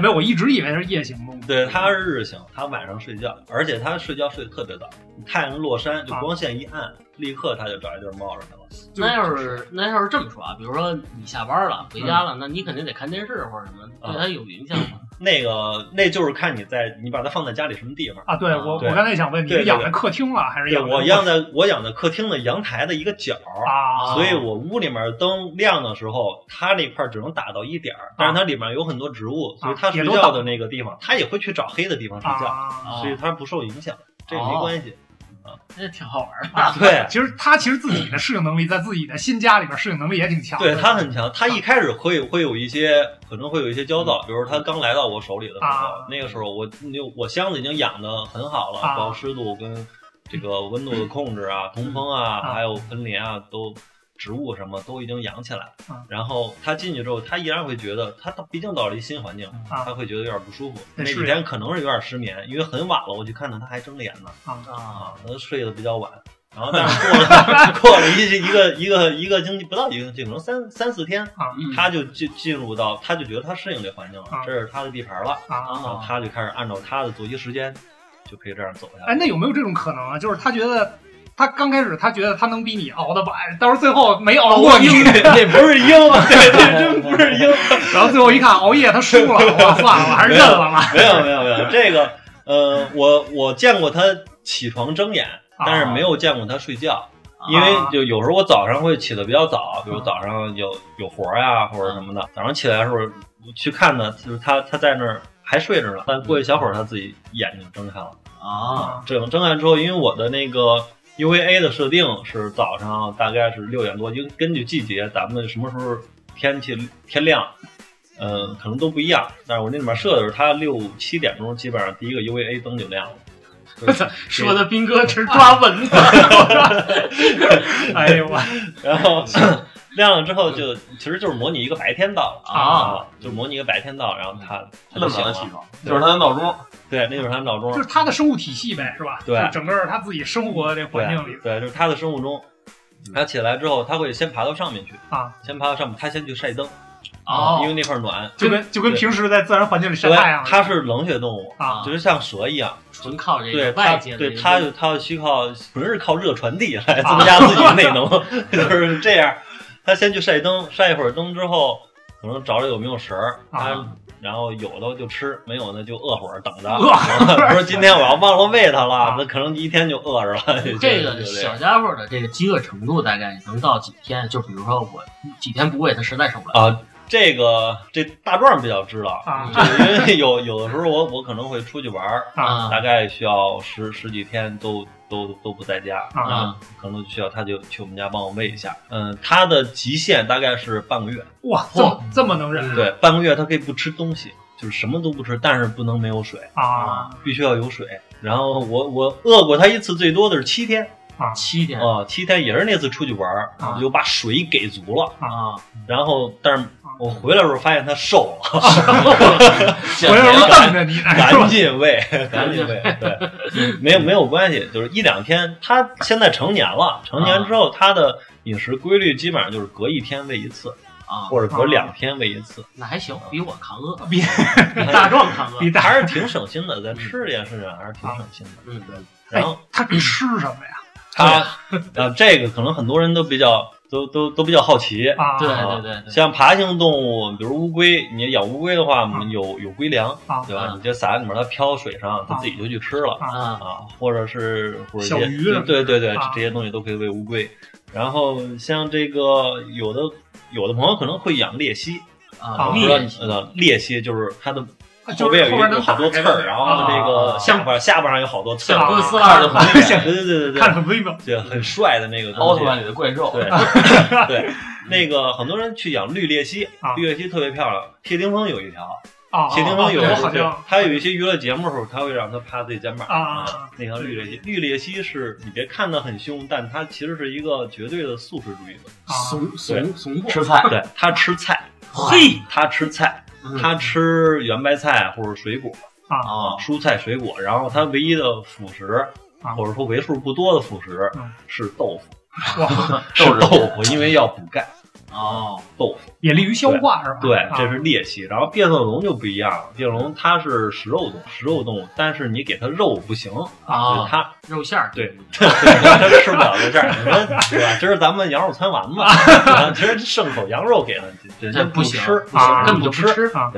Speaker 3: 没有，我一直以为它是夜行动物。
Speaker 4: 对，它是日行，它晚上睡觉，而且它睡觉睡得特别早，太阳落山就
Speaker 3: 啊
Speaker 4: 光线一暗，立刻它就找一地儿猫上去了。
Speaker 3: 就
Speaker 2: 那要是那要是这么说啊，比如说你下班了回家了，
Speaker 4: 嗯
Speaker 2: 那你肯定得看电视或者什么，对它有影响吗？
Speaker 4: 那个，那就是看你在你把它放在家里什么地方。
Speaker 3: 啊，对我
Speaker 4: 对
Speaker 3: 我刚才想问，你
Speaker 4: 对
Speaker 3: 是
Speaker 4: 对
Speaker 3: 养在
Speaker 4: 对
Speaker 3: 客厅了还是
Speaker 4: 对
Speaker 3: 养在
Speaker 4: 我养在我养在客厅的阳台的一个角儿，
Speaker 3: 啊？
Speaker 4: 所以我屋里面灯亮的时候，它那块儿只能打到一点儿，但是它里面有很多植物，所以它睡觉的那个地方，它也会去找黑的地方睡觉，
Speaker 3: 啊，哦
Speaker 2: 啊
Speaker 4: 所以它不受影响，这个没 关系。嗯
Speaker 2: 那挺好玩的。
Speaker 4: 对，
Speaker 3: 其实它其实自己的适应能力，在自己的新家里边适应能力也挺强的。
Speaker 4: 对他很强，他一开始会会有一些可能会有一些焦躁，比如他刚来到我手里的时候，
Speaker 3: 啊
Speaker 4: 那个时候我那我箱子已经养的很好了，
Speaker 3: 啊
Speaker 4: 包括湿度跟这个温度的控制啊、通风
Speaker 3: 啊
Speaker 4: 啊，还有分帘啊，都植物什么都已经养起来了
Speaker 3: 啊。
Speaker 4: 然后他进去之后，他依然会觉得他他毕竟到了一新环境，
Speaker 3: 啊
Speaker 4: 他会觉得有点不舒服。
Speaker 3: 对
Speaker 4: 那
Speaker 3: 是
Speaker 4: 几天可能是有点失眠，因为很晚了，我去看到他还睁着眼呢
Speaker 3: 啊
Speaker 4: 啊，他睡得比较晚。然后但是过了 过了一一个一个一个星期不到一个星期，可能三三四天，
Speaker 3: 啊
Speaker 4: 嗯
Speaker 2: 嗯
Speaker 4: 他就进进入到，他就觉得他适应这环境了
Speaker 3: 啊，
Speaker 4: 这是他的地盘了，然后
Speaker 3: 啊！
Speaker 4: 他就开始按照他的作息时间，就可以这样走下
Speaker 3: 哎，
Speaker 4: 去。
Speaker 3: 那有没有这种可能啊？就是他觉得他刚开始他觉得他能比你熬得晚，到时候最后没熬啊过 你，
Speaker 4: 那不是鹰，对，这真不是 鹰。
Speaker 3: 然后最后一看熬夜他输 了，我算了，我还是认了吧。
Speaker 4: 没有没有没有，这个呃，我我见过他起床睁眼，但是没有见过他睡觉，因为就有时候我早上会起得比较早，比如早上有有活儿呀、或者什么的，早上起来的时候去看呢，就是他他在那儿还睡着呢，但过一小会儿他自己眼睛睁开了，
Speaker 5: 啊，
Speaker 4: 睁睁开之后，因为我的那个。UVA 的设定是早上大概是六点多，因为根据季节，咱们什么时候天气天亮，呃，可能都不一样。但是我那里面设的是，它六七点钟基本上第一个 UVA 灯就亮 了。
Speaker 2: 说的斌哥这是抓蚊 子，
Speaker 3: 哎呦我
Speaker 4: 然后 亮了之后就其实就是模拟一个白天到了
Speaker 3: 啊，
Speaker 4: 就模拟一个白天到了，然后他
Speaker 1: 嗯那
Speaker 4: 他就
Speaker 1: 么
Speaker 4: 醒
Speaker 1: 早就
Speaker 4: 了
Speaker 1: 起，床，就是他的闹钟。
Speaker 4: 对，那就是他闹钟
Speaker 3: 就，是他的生物体系呗，是吧？
Speaker 4: 对
Speaker 3: 就整个他自己生活的这环境里
Speaker 4: 对，就是他的生物钟。
Speaker 1: 嗯
Speaker 4: 他起来之后，他会先爬到上面去，
Speaker 3: 啊，
Speaker 4: 先爬到上面，他先去晒灯，
Speaker 3: 哦
Speaker 4: 啊因为那块儿暖。
Speaker 3: 就跟就跟平时在自然环境里晒
Speaker 4: 对
Speaker 3: 太阳，
Speaker 4: 它是冷血动物，
Speaker 3: 啊
Speaker 4: 就是像蛇一样，
Speaker 2: 纯靠这
Speaker 4: 对
Speaker 2: 个
Speaker 4: 它
Speaker 2: 外界的
Speaker 4: 对
Speaker 2: 这个
Speaker 4: 它就它需靠纯是靠热传递来
Speaker 3: 啊
Speaker 4: 增加自己的内能， 就是这样。它先去晒灯，晒一会儿灯之后，可能找找有没有食儿，它
Speaker 3: 啊
Speaker 4: 然后有的就吃，没有的就饿会儿等着。
Speaker 3: 饿
Speaker 4: 不是今天我要忘了喂它
Speaker 3: 啊
Speaker 4: 了，那可能一天就饿着了。就
Speaker 2: 嗯这个
Speaker 4: 就这
Speaker 2: 小
Speaker 4: 样
Speaker 2: 家伙的这个饥饿程度大概能到几天？就比如说我几天不喂它，实在受不了。
Speaker 4: 啊，这个这大壮比较知道，
Speaker 3: 啊
Speaker 4: 就是因为有有的时候我我可能会出去玩儿，
Speaker 3: 啊
Speaker 2: 啊
Speaker 4: 大概需要十十几天都都都不在家，
Speaker 3: 啊！
Speaker 2: 啊
Speaker 4: 可能需要他就去我们家帮我喂一下。嗯，他的极限大概是半个月，
Speaker 3: 哇，这么这么能忍
Speaker 4: 对，半个月他可以不吃东西，就是什么都不吃，但是不能没有水，
Speaker 3: 啊
Speaker 4: 必须要有水。然后我我饿过他一次，最多的是七天
Speaker 2: 七天
Speaker 4: 啊、七天也是那次出去玩儿，
Speaker 3: 嗯啊
Speaker 4: 我就把水给足了。
Speaker 2: 啊，
Speaker 4: 然后，但是我回来的时候发现他瘦了，
Speaker 3: 我要是瞪着 你呢，是吧
Speaker 4: 赶？紧喂，赶紧喂，对，没有没有关系，就是一两天。他现在成年了，成年之后他的饮食规律基本上就是隔一天喂一次，
Speaker 2: 啊，
Speaker 4: 或者隔两天喂一次，
Speaker 2: 那还行，比我扛饿，
Speaker 3: 比
Speaker 2: 比大壮扛 饿
Speaker 3: 比。大
Speaker 4: 还是挺省心的，在吃这件事上还是挺省心的。
Speaker 2: 嗯，
Speaker 4: 然后
Speaker 3: 他吃什么呀？
Speaker 4: 啊哎他，啊，这个可能很多人都比较都都都比较好奇。
Speaker 3: 啊，
Speaker 2: 对
Speaker 4: 啊
Speaker 2: 对对对
Speaker 4: 像爬行动物，比如乌龟，你养乌龟的话，有有龟粮
Speaker 3: 啊，
Speaker 4: 对吧
Speaker 2: 啊？
Speaker 4: 你这撒在里面，它飘水上，它自己就去吃了。
Speaker 2: 啊，
Speaker 4: 啊，或者是或者一
Speaker 3: 小
Speaker 4: 些
Speaker 3: 鱼
Speaker 4: 对
Speaker 3: 什么
Speaker 4: 对对对，
Speaker 3: 啊
Speaker 4: 这些东西都可以喂乌龟。然后像这个有的有的朋友可能会养鬣蜥，
Speaker 2: 啊，
Speaker 4: 我不
Speaker 2: 蜜
Speaker 4: 知道你呃鬣蜥就是它的
Speaker 3: 就
Speaker 4: 后
Speaker 3: 是
Speaker 4: 背
Speaker 3: 后
Speaker 4: 有
Speaker 3: 边
Speaker 4: 一有
Speaker 3: 能
Speaker 4: 好多刺儿，然后这个
Speaker 5: 啊
Speaker 4: 下巴下巴上有好多刺儿，
Speaker 2: 像
Speaker 3: 啊
Speaker 2: 哥斯拉的话，
Speaker 4: 对对对对对
Speaker 3: 看很微妙
Speaker 4: 对，很帅的那个
Speaker 5: 奥
Speaker 4: 东西
Speaker 5: 特。曼里的怪兽，
Speaker 4: 对 对，那个很多人去养绿鬣蜥
Speaker 3: 啊，
Speaker 4: 绿鬣蜥特别漂亮。谢霆锋有一条，
Speaker 3: 啊！
Speaker 4: 谢霆锋有
Speaker 3: 对好
Speaker 4: 对
Speaker 3: 像
Speaker 4: 他有一些娱乐节目的时候，他会让他趴自己肩膀
Speaker 3: 啊啊
Speaker 4: 那条绿鬣蜥，绿鬣蜥是你别看它很凶，但它其实是一个绝对的素食主义者。
Speaker 3: 啊
Speaker 2: 怂怂怂货，
Speaker 1: 吃菜，
Speaker 4: 对，它吃菜，
Speaker 2: 嘿，
Speaker 4: 它吃菜，
Speaker 2: 嗯
Speaker 4: 它吃圆白菜或者水果
Speaker 5: 啊，
Speaker 4: 蔬菜水果，然后它唯一的辅食
Speaker 3: 啊，
Speaker 4: 或者说为数不多的辅食
Speaker 3: 嗯
Speaker 4: 是 豆腐，
Speaker 3: 哇，
Speaker 4: 是豆腐，因为要补钙。
Speaker 5: 哦，
Speaker 4: 豆腐，
Speaker 3: 也利于消化是吧？
Speaker 4: 对，
Speaker 3: 啊
Speaker 4: 这是鬣蜥。然后变色龙就不一样了，变色龙它是食肉动物，食肉动物，但是你给它肉不行，就是
Speaker 2: 啊，
Speaker 4: 它
Speaker 2: 肉馅儿，
Speaker 4: 对，他 吃不了在这儿，你说 对吧？这是咱们羊肉餐完嘛？ 啊其实剩口羊肉给他，人家
Speaker 2: 这不行
Speaker 4: 吃，
Speaker 2: 不行
Speaker 4: 啊
Speaker 2: 根本
Speaker 4: 不
Speaker 2: 就不吃
Speaker 3: 啊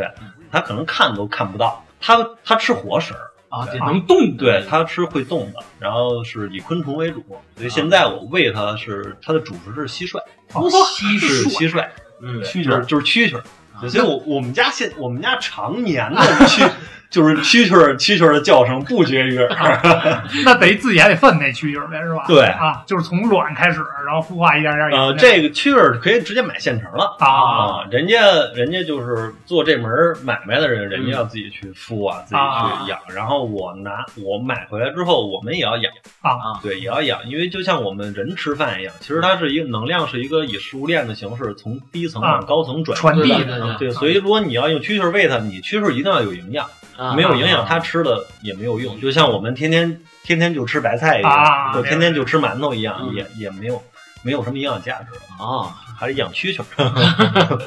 Speaker 4: 他可能看都看不到。他他吃活食儿，
Speaker 2: 啊，得能动，
Speaker 4: 对，他吃会动的，然后是以昆虫为主，所以现在我喂它是它的主食是蟋蟀，啊
Speaker 2: 蟋
Speaker 4: 是
Speaker 2: 蟀，
Speaker 4: 蟋蟀，啊
Speaker 2: 嗯，
Speaker 1: 蛐蛐
Speaker 4: 就是
Speaker 1: 儿
Speaker 4: 就是蛐蛐儿。所以我我们家现我们家常年的蛐就是蛐蛐儿蛐蛐儿的叫声不绝 于耳，
Speaker 3: 那得自己还得分那蛐蛐儿呗，是吧？
Speaker 4: 对
Speaker 3: 啊，就是从卵开始，然后孵化一点点。
Speaker 4: 呃，这个蛐蛐儿可以直接买现成了。
Speaker 3: 啊
Speaker 4: 啊，人家人家就是做这门买卖的人，人家要自己去孵啊，自己去养。然后我拿我买回来之后，我们也要养
Speaker 3: 啊
Speaker 4: 对，也要养，因为就像我们人吃饭一样，其实它是一个能量，是一个以食物链的形式从低层
Speaker 3: 啊
Speaker 4: 往高层转
Speaker 3: 传
Speaker 4: 移
Speaker 3: 递
Speaker 4: 的。啊
Speaker 2: 对对
Speaker 4: 对，所以如果你要用蛐蛐喂它，你蛐蛐一定要有营养，
Speaker 2: 啊
Speaker 4: 没有营养，它吃的也没有用。就像我们天天天天就吃白菜一
Speaker 3: 啊
Speaker 4: 样，就天天就吃馒头一样，
Speaker 2: 嗯
Speaker 4: 也也没有没有什么营养价值，
Speaker 2: 啊，
Speaker 4: 还是养蛐蛐儿。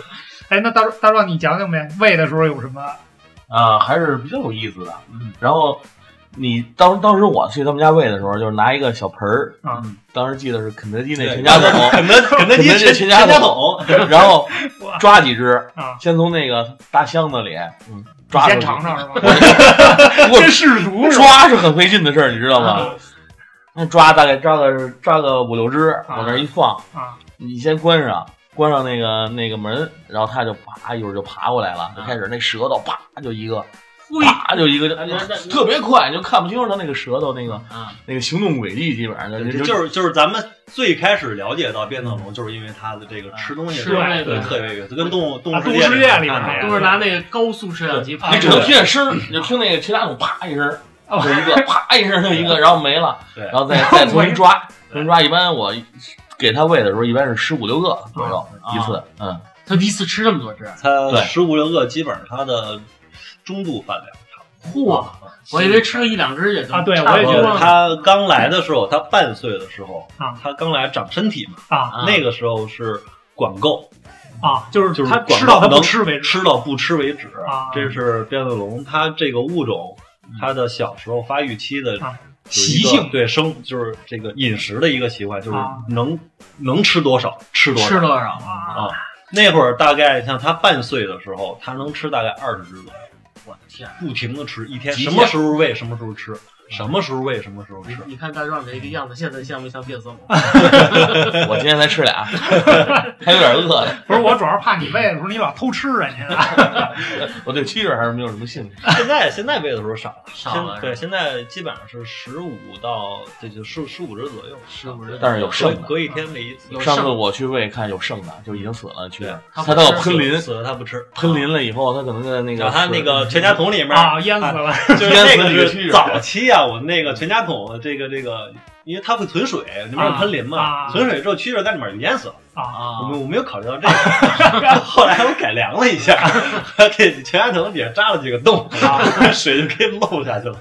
Speaker 3: 哎，那大壮大壮，你讲讲呗，喂的时候有什么？
Speaker 1: 啊，还是比较有意思的。嗯然后你当当时我去他们家喂的时候，就是拿一个小盆儿，嗯
Speaker 3: 啊
Speaker 1: 当时记得是肯德基那
Speaker 4: 对
Speaker 1: 全家 桶，
Speaker 4: 肯德肯德基
Speaker 1: 肯德基
Speaker 4: 全
Speaker 1: 全家
Speaker 4: 家
Speaker 1: 桶
Speaker 4: 桶，
Speaker 1: 然 后抓几只
Speaker 3: 啊，
Speaker 1: 先从那个大箱子里嗯抓
Speaker 3: 先
Speaker 1: 出去，
Speaker 3: 尝尝是吗？
Speaker 1: 不
Speaker 3: 真试毒是吧？啊
Speaker 1: 抓是很费劲的事儿，你知道吗？那抓大概抓个抓个五六只，往那儿一放，
Speaker 3: 啊，
Speaker 1: 你先关上，关上那个那个门，然后它就啪一会儿就爬过来
Speaker 3: 啊
Speaker 1: 了，就开始那舌头啪就一个，啪就一个，就
Speaker 2: 啊你说那
Speaker 1: 特别快，你就看不清楚它那个舌头那个
Speaker 2: 啊
Speaker 1: 那个行动轨迹，基本上就
Speaker 4: 就
Speaker 1: 就是
Speaker 4: 就是咱们最开始了解到变色龙，就是因为它的这个吃东西
Speaker 2: 吃东西
Speaker 4: 对特别有意思，跟动物动
Speaker 3: 嗯啊
Speaker 4: 物
Speaker 3: 动物世界里边
Speaker 4: 看
Speaker 3: 那
Speaker 4: 到
Speaker 3: 个
Speaker 4: 的
Speaker 2: 都是拿那个高速摄像机拍
Speaker 1: 你只
Speaker 2: 的
Speaker 1: 能听见声儿，啊你就听那个其他种啪一声儿，
Speaker 3: 啊
Speaker 2: 哦
Speaker 1: 就 一个啪一声儿就一个，然后没了，
Speaker 4: 对
Speaker 1: 然后再再重新抓，重新抓。一般我给它喂的时候，一般是十五六个左右一次，嗯。
Speaker 2: 他第一次吃这么多只，
Speaker 4: 它
Speaker 1: 对
Speaker 4: 十五六个，基本上它的中度饭量。
Speaker 2: 嚯！我以为吃个一两只也就
Speaker 3: 啊对
Speaker 2: 差不
Speaker 3: 我也
Speaker 2: 多
Speaker 3: 觉得
Speaker 2: 了
Speaker 4: 它刚来的时候，它半岁的时候
Speaker 3: 啊，
Speaker 4: 它刚来长身体嘛，
Speaker 3: 啊
Speaker 2: 啊
Speaker 4: 那个时候是管够，
Speaker 3: 啊，就是
Speaker 4: 就是
Speaker 3: 他
Speaker 4: 管
Speaker 3: 吃到他
Speaker 4: 能
Speaker 3: 不吃为止
Speaker 4: 吃到不吃为止
Speaker 3: 啊。
Speaker 4: 这是变色龙，它这个物种，它的小时候发育期的
Speaker 3: 啊
Speaker 4: 有一
Speaker 3: 习
Speaker 4: 个
Speaker 3: 性
Speaker 4: 对生就是这个饮食的一个习惯，就是
Speaker 3: 啊
Speaker 4: 能能吃多少吃多
Speaker 2: 吃
Speaker 4: 少。
Speaker 2: 多少啊？
Speaker 3: 啊
Speaker 4: 那会儿大概像它半岁的时候，它能吃大概二十只左右，
Speaker 2: 我的天！
Speaker 4: 不停的吃，一天
Speaker 1: 极限
Speaker 4: 什么时候喂什么时候吃，什么时候喂什么时候吃
Speaker 2: 你。你看大壮这个样子，现在像不像变色龙？
Speaker 1: 嗯我今天才吃俩， 还有点饿了。
Speaker 3: 不是我主要是怕你喂的时候你老偷吃啊人家。
Speaker 1: 我对蛐蛐还是没有什么兴趣。
Speaker 4: 现在现在喂的时候少了，
Speaker 2: 少了
Speaker 4: 现对，现在基本上是十五到这就十十五只左右，
Speaker 2: 是不是？
Speaker 1: 但是有
Speaker 4: 隔
Speaker 1: 剩的
Speaker 4: 隔一天喂一次
Speaker 2: 有，
Speaker 1: 上次
Speaker 2: 剩
Speaker 1: 我去喂，看有剩的就已经死了蛐
Speaker 4: 对
Speaker 1: 蛐，
Speaker 2: 它
Speaker 1: 它
Speaker 2: 不
Speaker 1: 到
Speaker 2: 吃
Speaker 1: 喷淋，
Speaker 4: 死了它不吃。
Speaker 1: 喷淋了以后，它可能在那
Speaker 4: 然
Speaker 1: 个
Speaker 4: 后它那个全家桶里面，
Speaker 3: 啊，淹死了
Speaker 4: 就是那
Speaker 1: 淹死几个
Speaker 4: 个
Speaker 1: 蛐
Speaker 4: 是
Speaker 1: 蛐
Speaker 4: 早期啊，我们那个全家桶这个这个，因为它会存水，里面有喷淋
Speaker 3: 啊
Speaker 4: 嘛，
Speaker 3: 啊
Speaker 4: 存水之后蛐蛐在里面淹死了。
Speaker 3: 啊！
Speaker 4: 我
Speaker 2: 啊
Speaker 4: 们我没有考虑到这个， 后来我改良了一下，给全家桶底下扎了几个洞，
Speaker 3: 啊
Speaker 4: 水就可以漏下去了。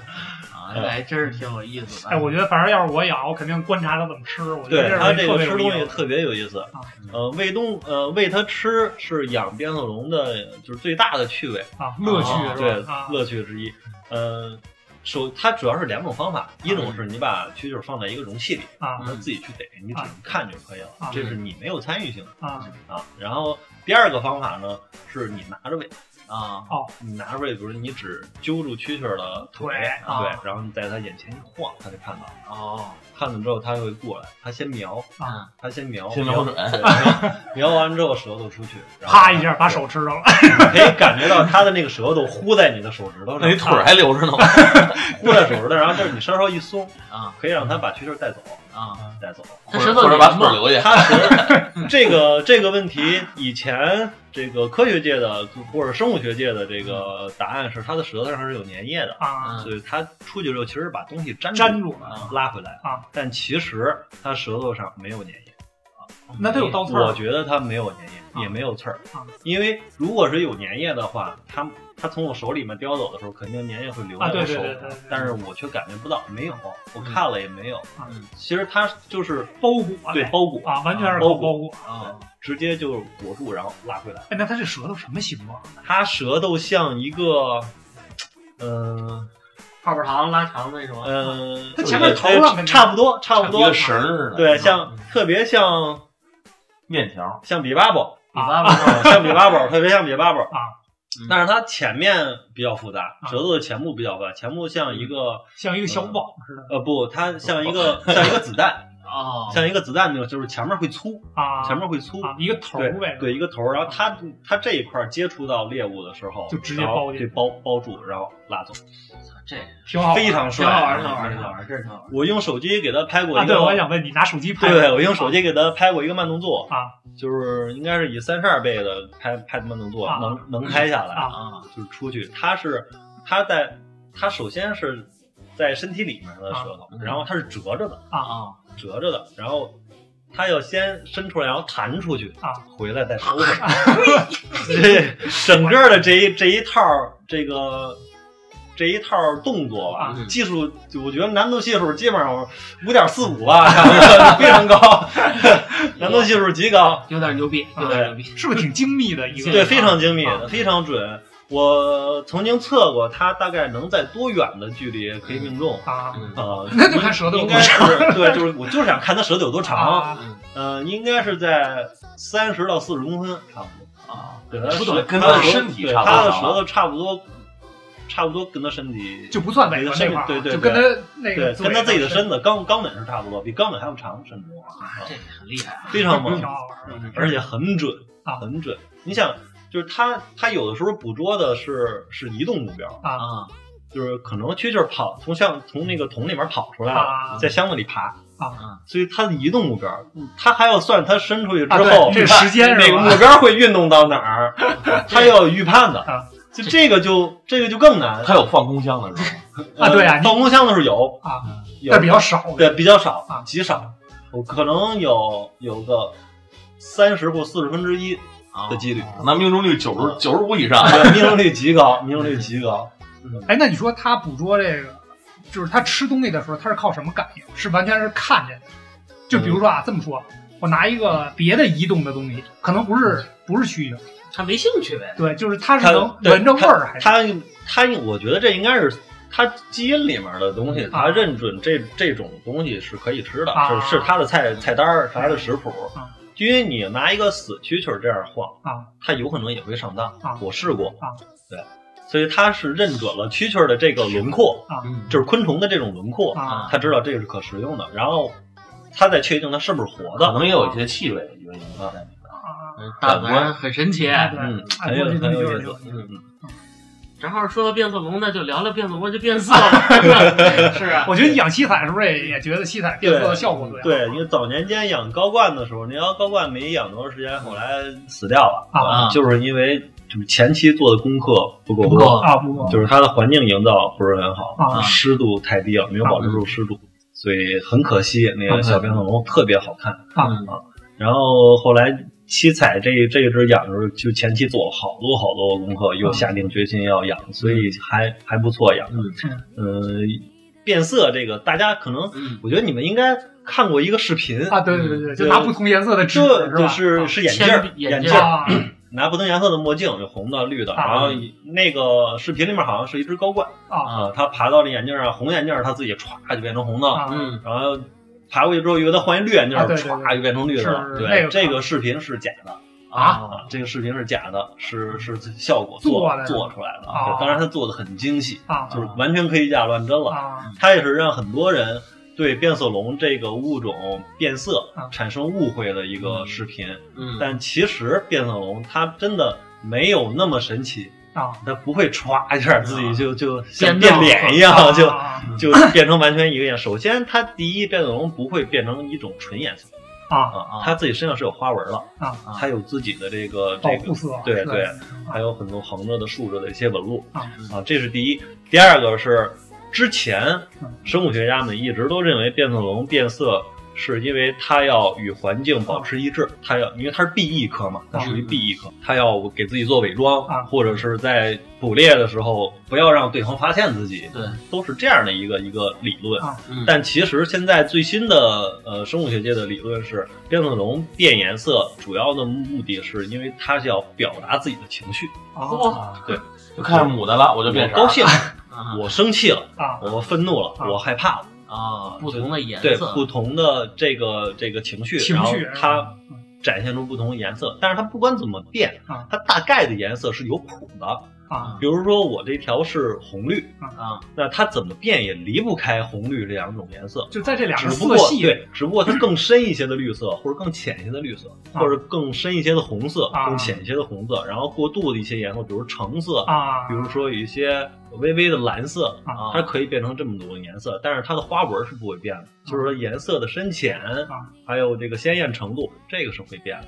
Speaker 2: 啊！这还真是挺有意思的。
Speaker 3: 哎，我觉得反正要是我养，我肯定观察它怎么吃。我觉
Speaker 4: 对
Speaker 3: 得
Speaker 4: 它
Speaker 3: 这是特别
Speaker 4: 这个吃
Speaker 3: 有
Speaker 4: 东
Speaker 3: 意思
Speaker 4: 西
Speaker 3: 啊
Speaker 4: 特别有意思。呃，喂东呃喂它吃是养变色龙的，就是最大的趣味，
Speaker 3: 啊，乐趣
Speaker 2: 啊
Speaker 3: 是
Speaker 4: 对
Speaker 3: 吧？啊，
Speaker 4: 乐趣之一。呃，首它主要是两种方法，一种是你把蛐蛐放在一个容器里，
Speaker 3: 啊
Speaker 4: 让它自己去逮，你只能看就可以了
Speaker 3: 啊，
Speaker 4: 这是你没有参与性
Speaker 3: 啊
Speaker 4: 的啊。然后第二个方法呢，是你拿着喂，
Speaker 2: 啊
Speaker 4: 你拿着喂，比如你只揪住蛐蛐的腿，
Speaker 2: 啊
Speaker 3: 哦腿
Speaker 4: 对，然后你在它眼前一晃，它就看到了，
Speaker 2: 哦
Speaker 4: 看了之后它会过来，它先瞄，
Speaker 3: 啊，
Speaker 4: 它先瞄，
Speaker 1: 先瞄准
Speaker 4: 对瞄瞄完之后舌头出去，然后
Speaker 3: 啪啊一下把手吃着了。
Speaker 4: 对可以感觉到它的那个舌头呼在你的手指头
Speaker 1: 那
Speaker 4: 上
Speaker 1: 你，腿儿还留着呢吗。
Speaker 4: 呼在手指头上，然后就是你稍稍一松，
Speaker 2: 啊
Speaker 4: 可以让它把蛐蛐带走，
Speaker 2: 啊！
Speaker 4: 带走。
Speaker 2: 他
Speaker 1: 或者
Speaker 2: 舌头
Speaker 1: 或者
Speaker 2: 里
Speaker 1: 把
Speaker 2: 面
Speaker 1: 腿儿留下。
Speaker 4: 它是这个这个问题，以前这个科学界的或者生物学界的这个答案是，它的舌头上是有粘液的，
Speaker 3: 啊
Speaker 2: 嗯
Speaker 4: 所以它出去之后其实把东西粘
Speaker 3: 粘
Speaker 4: 住
Speaker 3: 住了
Speaker 4: 啊拉回来
Speaker 3: 啊。
Speaker 4: 但其实它舌头上没有粘液，
Speaker 3: 那它有
Speaker 2: 嗯
Speaker 3: 倒刺儿
Speaker 4: 我觉得它没有粘
Speaker 3: 啊
Speaker 4: 液，也没有刺儿
Speaker 3: 啊，
Speaker 4: 因为如果是有粘液的话，它它从我手里面叼走的时候，肯定粘液会留
Speaker 3: 啊对
Speaker 4: 在我
Speaker 3: 对
Speaker 4: 手
Speaker 3: 对
Speaker 4: 上
Speaker 3: 对对，嗯
Speaker 4: 但是我却感觉不到，没有，我看了也没有
Speaker 3: 啊。
Speaker 4: 其实它就是
Speaker 3: 包裹啊
Speaker 4: 对包裹
Speaker 3: 啊，完全是
Speaker 4: 包
Speaker 3: 靠
Speaker 4: 裹
Speaker 3: 包裹。
Speaker 2: 啊
Speaker 4: 直接就裹住，然后拉回来。
Speaker 3: 哎，那它这舌头什么形状？啊
Speaker 4: 它舌头像一个，嗯
Speaker 2: 泡泡糖拉长那种
Speaker 4: 嗯，
Speaker 3: 它前面头上
Speaker 4: 呃差不多，差不
Speaker 1: 一
Speaker 4: 多
Speaker 1: 个，绳儿似的，嗯
Speaker 4: 对，像特别像
Speaker 1: 面条，
Speaker 4: 像比巴宝，
Speaker 2: 你爸爸
Speaker 4: 啊像比巴宝，特别像比巴宝嗯
Speaker 3: 啊。
Speaker 4: 但是它前面比较复杂
Speaker 3: 啊，嗯
Speaker 4: 舌头的前部比较复杂，前部像一个
Speaker 3: 像一个小网似的
Speaker 4: 呃不，它像一个像一个子弹，
Speaker 2: 哦
Speaker 4: 像一个子弹那种，就是前面会粗，
Speaker 3: 啊，
Speaker 4: 前面会粗，
Speaker 3: 啊一个头
Speaker 4: 对
Speaker 3: 儿呗，啊
Speaker 4: 对，一个头儿，然后它它这一块儿接触到猎物的时候，
Speaker 3: 就直接
Speaker 4: 然后
Speaker 3: 包进
Speaker 4: 对，包包住，然后拉走，
Speaker 2: 这
Speaker 3: 挺好玩
Speaker 4: 非常
Speaker 2: 挺
Speaker 4: 帅，
Speaker 2: 好玩，挺好玩，
Speaker 4: 非
Speaker 2: 挺好
Speaker 4: 常
Speaker 2: 玩，真是挺好玩。
Speaker 4: 我用手机给他拍过
Speaker 3: 啊。
Speaker 4: 一个，
Speaker 3: 对，我还想问你拿手机拍啊
Speaker 4: 对，
Speaker 3: 吗，
Speaker 4: 对我用手机给他拍过一个慢动作，
Speaker 3: 啊
Speaker 4: 就是应该是以三十二倍的拍拍的慢动作，
Speaker 3: 啊
Speaker 4: 能能拍下来，
Speaker 3: 啊
Speaker 2: 啊
Speaker 4: 就是出去。他是他在他首先是在身体里面的舌头，然后它是折着的，
Speaker 2: 啊
Speaker 4: 折着的，然后他要先伸出来，然后弹出去，
Speaker 3: 啊
Speaker 4: 回来再收 回来。这整个的这一这一套这个这一套动作吧，
Speaker 5: 嗯
Speaker 4: 技术我觉得难度系数基本上五点四五吧， 差不多非常高，难度系数极高，
Speaker 2: 有点牛逼，有点牛逼。
Speaker 3: 是不是挺精密的一个？
Speaker 4: 对，非常精密
Speaker 3: 啊，
Speaker 4: 非常准。我曾经测过，它大概能在多远的距离可以命中。
Speaker 3: 啊，
Speaker 4: 呃，
Speaker 3: 那就看舌头有
Speaker 4: 应
Speaker 3: 多
Speaker 4: 该是
Speaker 3: 长
Speaker 4: 对，就是我就是想看它舌头有多长。
Speaker 3: 啊，
Speaker 4: 呃，应该是在三十到四十公分，差不多。
Speaker 2: 哦
Speaker 5: 啊，
Speaker 4: 对，
Speaker 5: 不
Speaker 4: 它
Speaker 5: 等于
Speaker 4: 舌
Speaker 5: 跟
Speaker 4: 它
Speaker 5: 它的
Speaker 4: 舌
Speaker 5: 身体
Speaker 4: 对
Speaker 5: 差不
Speaker 4: 它的
Speaker 5: 多
Speaker 4: 舌头差不多，差不多跟它身体
Speaker 3: 啊就不算尾巴那块儿啊，
Speaker 4: 对对对
Speaker 3: 就跟他那个
Speaker 4: 对跟它自己的
Speaker 3: 身
Speaker 4: 身子肛肛门是差不多，比肛门还要长，甚至啊
Speaker 2: 这很厉害，
Speaker 4: 非常 猛
Speaker 3: 挺，好玩的，
Speaker 1: 嗯
Speaker 4: 而且很准
Speaker 3: 啊
Speaker 4: 很准。你想，就是它它有的时候捕捉的是是移动目标，
Speaker 5: 啊，
Speaker 4: 就是可能蛐蛐儿跑从像从那个桶里面跑出来
Speaker 3: 啊
Speaker 4: 了，在箱子里爬嗯
Speaker 3: 啊，
Speaker 4: 所以它的移动目标，嗯它还要算它伸出去之
Speaker 3: 啊对
Speaker 4: 后
Speaker 3: 这时间
Speaker 4: 哪
Speaker 3: 是
Speaker 4: 个
Speaker 3: 吧
Speaker 4: 目标会运动到 哪儿，它要有预判
Speaker 3: 啊
Speaker 4: 的。就这个就这个就更难
Speaker 1: 它有放空箱的是吧？
Speaker 3: 啊对啊
Speaker 4: 呃
Speaker 3: 你
Speaker 4: 放空箱的时候有
Speaker 3: 啊，
Speaker 4: 有
Speaker 3: 但比较少
Speaker 4: 对比较少
Speaker 3: 啊
Speaker 4: 极少，我可能有有个三十或四十分之一
Speaker 2: 哦
Speaker 4: 的几率，
Speaker 3: 哦
Speaker 1: 那命中率九十九十五以上，
Speaker 4: 对命中率极高， 命中率极高。
Speaker 3: 哎，那你说他捕捉这个，就是他吃东西的时候，他是靠什么感应？是完全是看见的。就比如说啊，
Speaker 4: 嗯
Speaker 3: 这么说，我拿一个别的移动的东西，可能不是不是虚的，
Speaker 2: 他没兴趣呗。
Speaker 3: 对，就是它是
Speaker 4: 嗯它
Speaker 3: 能
Speaker 4: 对
Speaker 3: 闻着味儿还是
Speaker 4: 它它，我觉得这应该是它基因里面的东西，它认准这这种东西是可以吃的，
Speaker 3: 啊
Speaker 4: 是是它的菜菜单儿，是它的食谱
Speaker 3: 啊。
Speaker 4: 因为你拿一个死蛐蛐儿这样晃
Speaker 3: 啊，
Speaker 4: 它有可能也会上当。
Speaker 3: 啊
Speaker 4: 我试过
Speaker 3: 啊，
Speaker 4: 对，所以它是认准了蛐蛐儿的这个轮廓，
Speaker 3: 啊
Speaker 4: 就是昆虫的这种轮廓，
Speaker 3: 啊
Speaker 4: 它知道这个是可食用的，然后它再确定它是不是活
Speaker 1: 可
Speaker 4: 的。
Speaker 1: 能也有一些气味原因在里面。
Speaker 3: 啊？
Speaker 2: 大自然很神奇。
Speaker 3: 哎对，
Speaker 1: 嗯
Speaker 3: 哎，
Speaker 4: 很有
Speaker 3: 我这东
Speaker 4: 很
Speaker 3: 西
Speaker 4: 有
Speaker 3: 就
Speaker 4: 意
Speaker 3: 是
Speaker 4: 思
Speaker 3: 这，
Speaker 4: 嗯
Speaker 3: 个。
Speaker 4: 嗯
Speaker 2: 正好说到变色龙，那就聊聊变色龙就变色了，是啊。
Speaker 3: 我觉得养七彩是不是也也觉得七彩变色的效果最好？
Speaker 4: 对，因为早年间养高冠的时候，那条高冠没养多长时间，后来死掉了
Speaker 3: 啊
Speaker 4: 就是因为就是前期做的功课不够
Speaker 2: 不够
Speaker 4: 多，
Speaker 3: 啊，不过
Speaker 4: 就是它的环境营造不是很好，
Speaker 3: 啊
Speaker 4: 湿度太低了，没有保持住湿度，所以很可惜，嗯那个小变色龙特别好看
Speaker 3: 啊
Speaker 4: 然后后来七彩这这一只养的时候，就前期做了好多好多功课，又下定决心要养，所以还还不错养。嗯，呃，变色这个大家可能
Speaker 2: 嗯，
Speaker 4: 我觉得你们应该看过一个视频
Speaker 3: 啊，对对对对，就拿不同颜色的纸
Speaker 4: 嗯这
Speaker 3: 吧？
Speaker 4: 就是是眼镜
Speaker 2: 铅
Speaker 4: 儿
Speaker 2: 笔，眼
Speaker 4: 眼
Speaker 2: 镜
Speaker 4: 镜
Speaker 2: 儿
Speaker 4: 儿
Speaker 3: 啊
Speaker 4: 拿不同颜色的墨镜，有红的、绿的。
Speaker 3: 啊
Speaker 4: 然后那个视频里面好像是一只高冠
Speaker 3: 啊
Speaker 4: 啊，它爬到这眼镜上，红眼镜儿它自己歘就变成红的，
Speaker 3: 啊！
Speaker 2: 嗯，
Speaker 4: 然后爬过去之后又给它换一绿眼镜
Speaker 3: 啊
Speaker 4: 儿，
Speaker 3: 对对对
Speaker 4: 歘就变成绿的了。
Speaker 3: 是那
Speaker 4: 对
Speaker 3: 个，
Speaker 4: 这个视频是假的
Speaker 2: 啊，
Speaker 4: 啊，这个视频是假的，是是效果
Speaker 3: 做
Speaker 4: 做
Speaker 3: 的
Speaker 4: 做出来的。
Speaker 3: 啊
Speaker 4: 对当然它做的很精细，
Speaker 3: 啊
Speaker 4: 就是完全可以以假乱真了。
Speaker 3: 啊
Speaker 4: 它也是让很多人对变色龙这个物种变色
Speaker 3: 啊
Speaker 4: 产生误会的一个视频。
Speaker 2: 嗯，
Speaker 4: 但其实变色龙它真的没有那么神奇，
Speaker 3: 啊！
Speaker 4: 它不会歘一下自己就就像
Speaker 2: 变
Speaker 4: 变
Speaker 2: 到
Speaker 4: 脸一样就
Speaker 3: 啊
Speaker 4: 就变成完全一个样。首先，它第一变色龙不会变成一种纯颜色
Speaker 3: 啊
Speaker 4: 啊，它自己身上是有花纹了
Speaker 3: 啊，
Speaker 4: 它有自己的这个
Speaker 3: 保
Speaker 4: 这个
Speaker 3: 护色，
Speaker 4: 对
Speaker 3: 是吧
Speaker 4: 对还有很多横着的、竖着的一些纹路
Speaker 3: 啊
Speaker 4: 这是第一。第二个是之前
Speaker 3: 嗯
Speaker 4: 生物学家们一直都认为变色龙变色是因为它要与环境保持一致，它要因为它是 B 翼科嘛，它属于 B 翼科，它要给自己做伪装，
Speaker 3: 啊
Speaker 4: 或者是在捕猎的时候不要让对方发现自己，
Speaker 5: 对，
Speaker 4: 都是这样的一个一个理论。
Speaker 3: 啊
Speaker 5: 嗯
Speaker 4: 但其实现在最新的呃生物学界的理论是，变色龙变颜色主要的目的是因为它是要表达自己的情绪。
Speaker 3: 啊
Speaker 1: 就看上母的了，我就变
Speaker 4: 我
Speaker 1: 色
Speaker 4: 高
Speaker 1: 了。
Speaker 4: 兴，
Speaker 5: 啊
Speaker 4: 我生气了，
Speaker 3: 啊
Speaker 4: 我愤怒了，
Speaker 3: 啊
Speaker 4: 我害怕了，
Speaker 5: 啊，
Speaker 2: 不同的颜
Speaker 4: 对
Speaker 2: 色，
Speaker 4: 不同的这个这个情绪，
Speaker 3: 情
Speaker 4: 然后
Speaker 3: 绪嗯
Speaker 4: 它展现出不同的颜色，但是它不管怎么变
Speaker 3: 啊，
Speaker 4: 它大概的颜色是有谱的。
Speaker 3: 啊
Speaker 4: 比如说我这条是红绿
Speaker 5: 啊，
Speaker 4: 那它怎么变也离不开红绿这两种颜色。
Speaker 3: 就在这两
Speaker 4: 只
Speaker 3: 个
Speaker 4: 不
Speaker 3: 色
Speaker 4: 过
Speaker 3: 系
Speaker 4: 对，只不过它更深一些的绿色， 或者更浅一些的绿色，
Speaker 3: 啊
Speaker 4: 或者更深一些的红色，
Speaker 3: 啊
Speaker 4: 更浅一些的红色，然后过渡的一些颜色，比如橙色，
Speaker 3: 啊
Speaker 4: 比如说有一些微微的蓝色，
Speaker 3: 啊
Speaker 4: 它可以变成这么多颜色，但是它的花纹是不会
Speaker 3: 嗯啊
Speaker 4: 变的，就是说颜色的深浅，还有这个鲜艳程度，这个是会变的。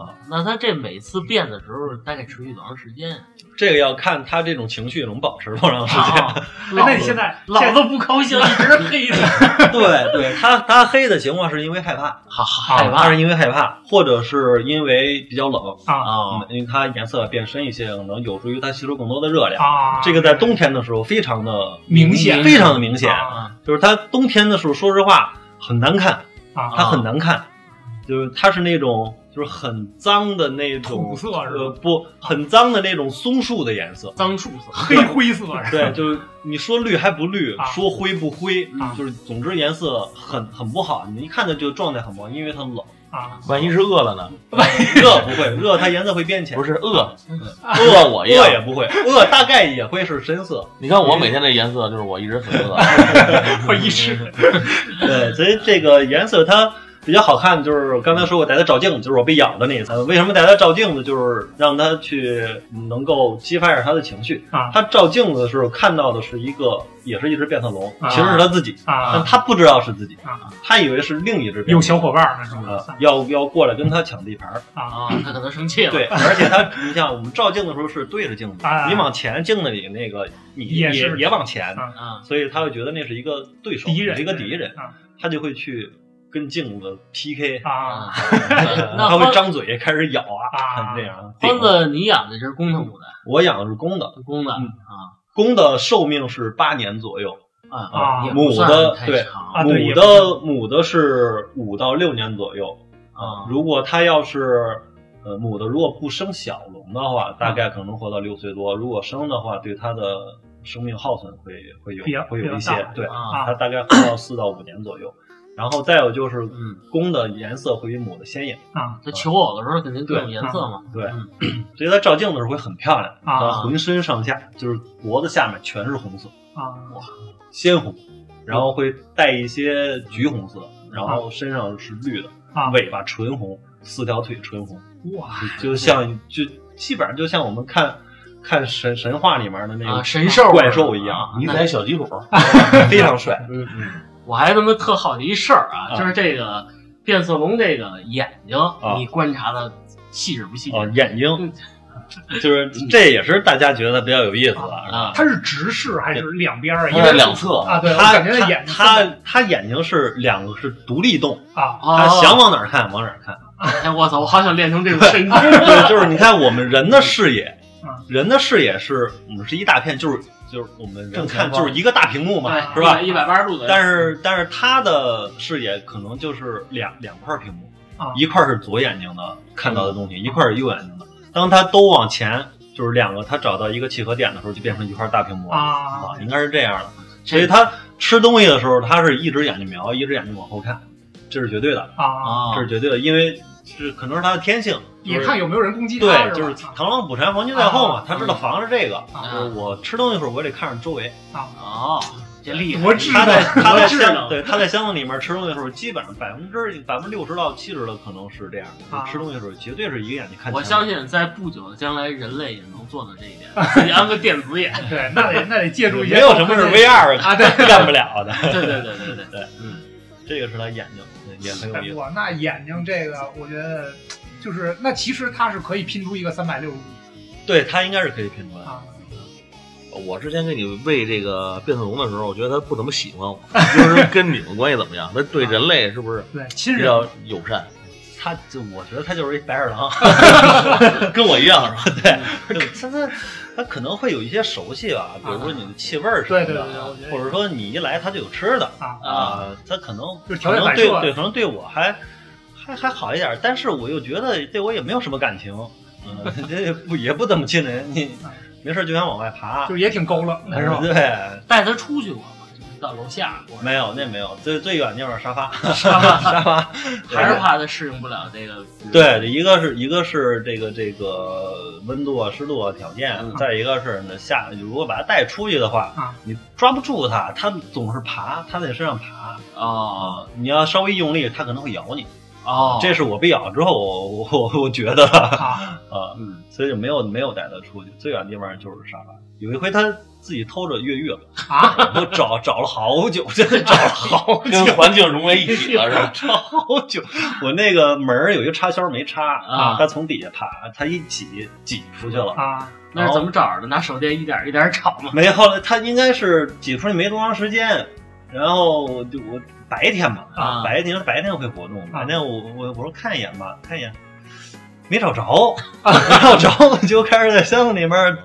Speaker 2: 啊，那它这每次变的时候大概持续多长时间啊？
Speaker 4: 这个要看他这种情绪能保持多长时间。
Speaker 2: 啊
Speaker 3: 哎
Speaker 2: 老
Speaker 3: 那你现在
Speaker 2: 老
Speaker 3: 现
Speaker 2: 子不高兴，一直黑他，
Speaker 4: 对对，他他黑的情况是因为害怕，
Speaker 2: 好害
Speaker 4: 他
Speaker 2: 怕
Speaker 4: 是因为害怕，或者是因为比较冷，
Speaker 3: 啊
Speaker 2: 啊！
Speaker 4: 因为它颜色变深一些，可能有助于它吸收更多的热量。
Speaker 3: 啊，
Speaker 4: 这个在冬天的时候非常的
Speaker 3: 明显
Speaker 4: 非常的明显。
Speaker 3: 啊
Speaker 4: 就是它冬天的时候，说实话很难看，它
Speaker 3: 啊
Speaker 4: 很难看，就是它是那种就是很脏的那种
Speaker 3: 土色是吧
Speaker 4: 呃不很脏的那种松树的颜色。
Speaker 2: 脏畜生，
Speaker 3: 黑灰色是吧
Speaker 4: 对，就是你说绿还不绿，
Speaker 3: 啊
Speaker 4: 说灰不灰，
Speaker 3: 啊
Speaker 4: 就是总之颜色很很不好，你一看它就状态很不好，因为它 冷，
Speaker 3: 啊，
Speaker 1: 万一是饿了呢？
Speaker 4: 热不会，热它颜色会变浅，
Speaker 1: 不是饿，
Speaker 3: 啊
Speaker 1: 嗯饿我
Speaker 4: 饿
Speaker 1: 一样。
Speaker 4: 也不会，饿大概也会是深色，
Speaker 1: 你看我每天这颜色，就是 我一直很饿。
Speaker 3: 我一吃
Speaker 4: 对，所以这个颜色它比较好看，就是我刚才说我带它照镜子，就是我被咬的那一次。为什么带它照镜子？就是让它去能够激发一下它的情绪。
Speaker 3: 啊
Speaker 4: 它照镜子的时候看到的是一个，也是一只变色龙，
Speaker 3: 啊
Speaker 4: 其实是它自己，但
Speaker 3: 啊，
Speaker 4: 它不知道是自己
Speaker 3: 啊，
Speaker 4: 它以为是另一只变
Speaker 3: 有
Speaker 4: 色
Speaker 3: 小
Speaker 4: 龙。
Speaker 3: 伙伴呢是
Speaker 4: 呃
Speaker 3: 吧？
Speaker 4: 要要过来跟它抢地盘 儿，
Speaker 3: 啊
Speaker 2: 啊，他可能生气了。
Speaker 4: 对，而且它，你像我们照镜的时候是对着镜子
Speaker 3: 啊，
Speaker 4: 你往前镜子里那个，你
Speaker 3: 也是
Speaker 4: 也也往前，
Speaker 3: 啊
Speaker 2: 啊，
Speaker 4: 所以他会觉得那是一个对手，
Speaker 3: 敌人
Speaker 4: 是一个敌人，
Speaker 3: 啊
Speaker 4: 他就会去跟镜子 PK，
Speaker 3: 啊
Speaker 2: 啊， 那
Speaker 4: 他会
Speaker 2: 欢
Speaker 4: 张嘴开始咬啊，
Speaker 3: 啊
Speaker 4: 这样。
Speaker 2: 欢子，你养的是公的母的？
Speaker 4: 我养的是公的，
Speaker 2: 公的
Speaker 4: 嗯
Speaker 2: 啊
Speaker 4: 公的寿命是八年左右，
Speaker 3: 啊
Speaker 2: 啊，也不
Speaker 4: 母的
Speaker 2: 算太
Speaker 4: 对
Speaker 2: 长
Speaker 3: 啊对
Speaker 4: 母
Speaker 3: 也不是
Speaker 4: 的母的是五到六年左右。
Speaker 2: 啊
Speaker 4: 如果它要是呃母的，如果不生小龙的话，大概可能活到六岁多；如果生的话，对它的生命耗损会会有
Speaker 3: 比较
Speaker 4: 会有一
Speaker 3: 比
Speaker 4: 些
Speaker 3: 较大，
Speaker 4: 对，
Speaker 2: 啊，
Speaker 4: 它
Speaker 3: 啊
Speaker 4: 大概活到四到五年左右。然后再有就是
Speaker 2: 嗯，
Speaker 4: 公的颜色会比母的鲜艳，
Speaker 3: 啊
Speaker 2: 他求偶的时候肯定各种颜色嘛，
Speaker 4: 对
Speaker 2: 嗯，
Speaker 4: 所以它照镜子的时候会很漂亮，
Speaker 3: 啊
Speaker 4: 它浑身上下就是脖子下面全是红色，
Speaker 3: 啊
Speaker 4: 鲜红，然后会带一些橘红色，然后身上是绿的，
Speaker 3: 啊！
Speaker 4: 尾巴纯红，四条腿纯红，
Speaker 3: 哇，
Speaker 4: 就像就基本上就像我们看看神神话里面的那
Speaker 2: 啊，
Speaker 4: 个
Speaker 2: 神兽
Speaker 4: 怪兽一样，
Speaker 1: 你在小鸡腿，
Speaker 4: 非常帅。
Speaker 2: 嗯嗯，我还他妈特好奇一事儿啊，
Speaker 4: 啊
Speaker 2: 就是这个变色龙这个眼睛，你观察的细致不细致
Speaker 4: 哦，眼睛，
Speaker 3: 嗯
Speaker 4: 就是这也是大家觉得比较有意思的啊
Speaker 2: 啊？
Speaker 3: 它是直视还是两边儿？
Speaker 1: 因为两侧
Speaker 3: 啊，对，我
Speaker 4: 他
Speaker 3: 感觉那眼睛
Speaker 4: 他他眼睛是两个是独立动，
Speaker 3: 啊
Speaker 2: 啊
Speaker 4: 他想往哪儿看往哪儿 看。
Speaker 2: 哎，我操，我好想练成这种神功
Speaker 4: 对，就是你看我们人的视野
Speaker 3: 嗯，
Speaker 4: 人的视野是我们是一大片，就是就是我们人
Speaker 1: 正
Speaker 4: 看
Speaker 1: 前方
Speaker 4: 就是一个大屏幕嘛，
Speaker 2: 哎
Speaker 4: 是吧？
Speaker 2: 一百八十度的，
Speaker 4: 但是但是他的视野可能就是两两块屏幕，
Speaker 3: 啊
Speaker 4: 一块是左眼睛的看到的东西，一块是右眼睛的。当他都往前，就是两个他找到一个契合点的时候，就变成一块大屏幕了
Speaker 3: 啊
Speaker 4: 应该是这样的。
Speaker 2: 这
Speaker 4: 所以他吃东西的时候，他是一只眼睛瞄，一只眼睛往后看，这是绝对的，
Speaker 3: 啊！
Speaker 2: 啊
Speaker 4: 这是绝对的，因为是可能是他的天性。就是
Speaker 3: 也看有没有人攻击它
Speaker 4: 对，就是是
Speaker 3: 吧
Speaker 4: 螳螂捕蝉，黄巾在后嘛
Speaker 3: 啊，
Speaker 4: 他知道防着这个。就是
Speaker 2: 啊
Speaker 4: 我吃东西的时候，我得看着周围。
Speaker 2: 哦，这厉害，
Speaker 3: 多智
Speaker 4: 他在
Speaker 3: 能
Speaker 4: 他在
Speaker 2: 知道
Speaker 4: 箱对他在箱子里面吃东西的时候，基本上百分之百分之六十到七十的可能是这样的。
Speaker 3: 啊
Speaker 4: 吃东西的时候，绝对是一个眼睛看前面。
Speaker 2: 我相信在不久的将来，人类也能做到这一 点，自己安个电子眼。
Speaker 3: 对，那得那得借助一些
Speaker 4: 没有什么是 VR
Speaker 2: 啊对
Speaker 4: 干不了的。
Speaker 2: 对对对对对，
Speaker 4: 这个是他眼睛，对 也很有意
Speaker 3: 哎
Speaker 4: 思。
Speaker 3: 哇，那眼睛这个，我觉得就是那其实它是可以拼出一个三百六十度
Speaker 4: 对他应该是可以拼出来的。
Speaker 3: 啊
Speaker 1: 我之前跟你喂这个变色龙的时候，我觉得它不怎么喜欢我，就是跟你们关系怎么样？它对人类是不是
Speaker 3: 对，亲
Speaker 1: 比
Speaker 3: 人啊
Speaker 1: 较友善？
Speaker 4: 他就我觉得他就是一白 眼狼，跟我一样是吧？
Speaker 3: 嗯
Speaker 4: 对，就他他他可能会有一些熟悉吧，比如说你的气味儿什么
Speaker 3: 对
Speaker 4: 的。
Speaker 3: 啊对对，对我觉得
Speaker 4: 或者说你一来他就有吃的
Speaker 3: 啊
Speaker 4: 啊，他可能
Speaker 3: 就是条
Speaker 4: 可
Speaker 3: 件
Speaker 4: 能
Speaker 3: 反
Speaker 4: 对
Speaker 3: 射
Speaker 4: 对，可能对我还还还好一点，但是我又觉得对我也没有什么感情， 嗯，这也不也不怎么亲人，你没事就想往外爬，
Speaker 3: 啊
Speaker 4: 嗯
Speaker 3: 就也挺高冷 的是吧？
Speaker 4: 对，
Speaker 2: 带他出去过吗？就是到楼下过，
Speaker 4: 没有那没有，最最远地方是沙发，
Speaker 2: 还是怕他适应不了这个。
Speaker 4: 对，一个是一个是这个这个温度啊、湿度啊条件，再一个是呢下，如果把它带出去的话，
Speaker 3: 嗯啊
Speaker 4: 你抓不住它，它总是爬，它在身上爬
Speaker 2: 哦
Speaker 4: 啊，你要稍微用力，它可能会咬你。
Speaker 2: 哦，
Speaker 4: 这是我被咬之后，我我我我觉得
Speaker 3: 啊，
Speaker 4: 啊，所以就没有没有带他出去，最远地方就是沙发。有一回他自己偷着越狱了，
Speaker 3: 啊，
Speaker 4: 我找找了好久，真的找了好
Speaker 1: 跟环境融为一体了，是吧？
Speaker 4: 找了好久。我那个门儿有一个插销没插
Speaker 2: 啊
Speaker 4: 他从底下爬，他一挤挤出去了。
Speaker 3: 啊，
Speaker 2: 那是怎么找着的？拿手电一点一点找吗？
Speaker 4: 没后来他应该是挤出去没多长时间，然后我就我白天嘛，
Speaker 2: 啊
Speaker 4: 白天白天会活动，
Speaker 3: 啊
Speaker 4: 白天我我我说看一眼吧，看一眼，没 找着，没找着，我就开始在箱子里面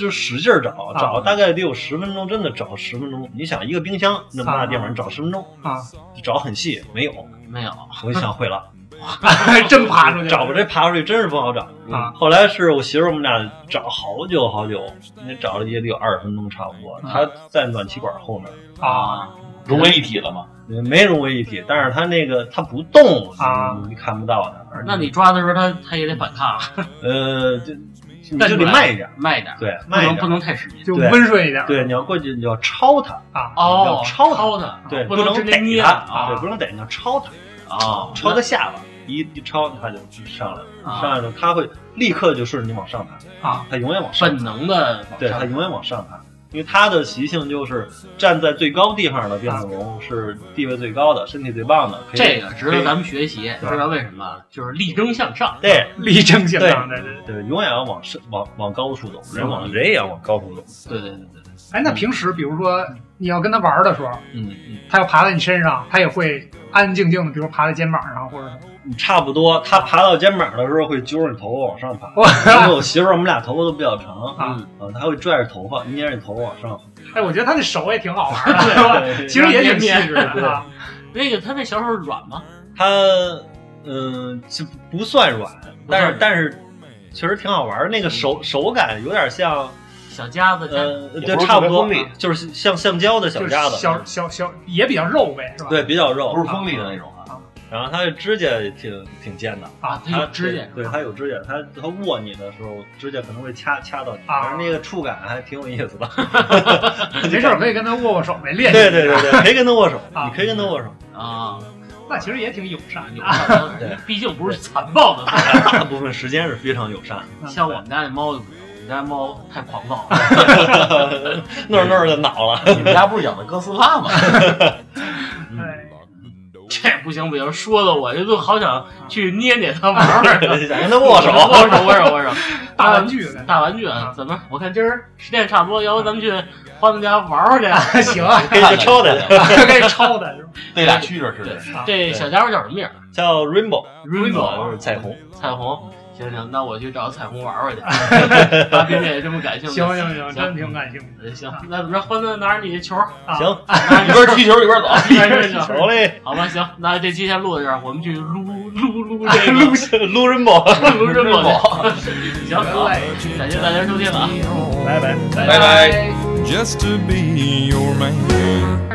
Speaker 4: 就使劲儿找，
Speaker 3: 啊
Speaker 4: 找大概得有十分钟，真的找十分钟。你想一个冰箱那么大地方，你找十分钟
Speaker 3: 啊，
Speaker 4: 找很细没有，
Speaker 2: 没有，
Speaker 4: 我就想 会了。
Speaker 3: 真爬出去了，
Speaker 4: 找不着这爬出去真是不好找
Speaker 3: 啊
Speaker 4: 后来是我媳妇儿我们俩找好久好久，那找了也得有二十分钟差不多。她在暖气管后面，
Speaker 3: 啊，
Speaker 1: 融为一体了 嘛？
Speaker 4: 没融为一体，但是她那个她不动
Speaker 3: 啊
Speaker 4: 你看不到的。而
Speaker 2: 那你抓的时候他他也得反抗，
Speaker 4: 呃，就你
Speaker 2: 但
Speaker 4: 就得
Speaker 2: 是
Speaker 4: 慢一点，
Speaker 2: 慢一点，
Speaker 4: 对，
Speaker 2: 不
Speaker 4: 慢一
Speaker 2: 能不
Speaker 4: 点。
Speaker 2: 能太使劲。
Speaker 3: 就
Speaker 4: 对
Speaker 3: 温顺一点，
Speaker 4: 对，你要过去，你就要抄她，
Speaker 3: 啊，
Speaker 2: 哦，
Speaker 4: 要抄他
Speaker 2: 抄他，
Speaker 4: 对，
Speaker 2: 不
Speaker 4: 不能
Speaker 2: 直接
Speaker 4: 逮
Speaker 2: 捏
Speaker 4: 她，
Speaker 2: 啊
Speaker 4: 对，不能逮，你要抄她，
Speaker 2: 啊，
Speaker 4: 抄她下巴，一一抄她就上来了，
Speaker 2: 啊
Speaker 4: 上来了，她会立刻就顺着你往上爬
Speaker 3: 啊，
Speaker 4: 她永远往上爬
Speaker 2: 本能的
Speaker 4: 对，它永远往上爬，因为它的习性就是站在最高地方的变色龙是地位最高的，身体最棒的。可
Speaker 2: 啊这
Speaker 4: 以
Speaker 2: 个值
Speaker 4: 可
Speaker 2: 得
Speaker 4: 以
Speaker 2: 咱们学习，知道为什么？就是力争向上，
Speaker 4: 对
Speaker 3: 力争向上的。
Speaker 4: 对，永远要往上往往高处走，人往人也要往高处走。
Speaker 2: 对对对对对，
Speaker 3: 哎，那平时比如说你要跟它玩的时候，
Speaker 4: 嗯嗯，
Speaker 3: 它要爬到你身上，它也会安安静静的，比如爬在肩膀上或者什么
Speaker 4: 你差不多，它爬到肩膀的时候会揪着你头发往上爬。 因为我媳妇儿我们俩头发都比较长啊，
Speaker 3: 啊。
Speaker 4: 她会拽着头发捏着你头发往上爬。
Speaker 3: 哎，我觉得它那手也挺好玩 的，是吧？其实也挺细致的啊
Speaker 2: 那个他那小手软吗？
Speaker 4: 它嗯、就不算软，但是但是确实挺好玩儿，那个手手感有点像。
Speaker 2: 小夹子夹
Speaker 4: 呃，
Speaker 1: 也
Speaker 4: 对，
Speaker 1: 不是
Speaker 4: 差不
Speaker 1: 特
Speaker 4: 多
Speaker 1: 别锋利，
Speaker 4: 就是像橡胶的
Speaker 3: 就
Speaker 4: 小
Speaker 3: 是
Speaker 4: 渣子，
Speaker 3: 小小小也比较肉呗，是吧？
Speaker 4: 对，比较肉
Speaker 1: 不。是锋利的那种啊，
Speaker 4: 然后它的指甲也挺挺尖的，
Speaker 2: 啊，他
Speaker 4: 它
Speaker 2: 有指甲，
Speaker 4: 对，对它有指甲，它它握你的时候，指甲可能会掐掐到你，
Speaker 3: 啊
Speaker 4: 反正那个触感还挺有意思的。
Speaker 3: 没事儿可以跟它握握手呗，练
Speaker 4: 对
Speaker 3: 习。
Speaker 4: 对对对，可以跟它握手，
Speaker 3: 啊
Speaker 4: 你可以跟它握手，
Speaker 2: 啊，
Speaker 3: 那其实也挺友善
Speaker 2: 有
Speaker 3: 的。
Speaker 2: 的
Speaker 4: 对
Speaker 2: 毕竟不是残暴的动物，
Speaker 4: 大部分时间是非常友 善，
Speaker 2: 像我们家那猫就不行，我们家猫太狂暴了。
Speaker 4: 弄着弄着就恼了。
Speaker 1: 你们家不是养的哥斯拉吗？
Speaker 4: 嗯
Speaker 3: 哎，
Speaker 2: 这不行不行，说的我就好
Speaker 3: 啊
Speaker 2: 想去捏捏它玩玩它。
Speaker 4: 想跟它 握手，
Speaker 2: 握手，握手，握手。
Speaker 3: 大玩具 呗。
Speaker 2: 大玩具啊，怎么？我看今儿时间差不多，要不咱们去欢子家玩玩去？
Speaker 3: 行啊，
Speaker 4: 可以就抽它去。
Speaker 3: 该抄的是吧？
Speaker 1: 那俩蛐蛐儿似的。
Speaker 2: 这小家伙叫什么名儿
Speaker 4: 叫 Rainbow，
Speaker 2: ？Rainbow 啊
Speaker 4: 就是彩虹。
Speaker 2: 彩虹。行行，那我去找彩虹玩 玩去。大冰姐也这么感兴趣。
Speaker 3: 行行行，真挺感兴趣
Speaker 2: 行，行，那怎么着？欢子拿着你的球儿，
Speaker 3: 啊。
Speaker 4: 行，
Speaker 2: 拿
Speaker 1: 一
Speaker 2: 着你
Speaker 1: 边
Speaker 2: 的球儿
Speaker 1: 踢球一边走，
Speaker 2: 一边扔球儿。
Speaker 4: 好嘞，
Speaker 2: 好吧，行，那这期先录到这儿，我们去撸撸撸这
Speaker 4: 撸
Speaker 2: 个
Speaker 4: 撸 Rainbow，
Speaker 2: 撸扔过去。行，好
Speaker 3: 哎，
Speaker 2: 感谢大家收听啊。
Speaker 4: 拜拜。
Speaker 1: 拜拜。
Speaker 6: just to be your man.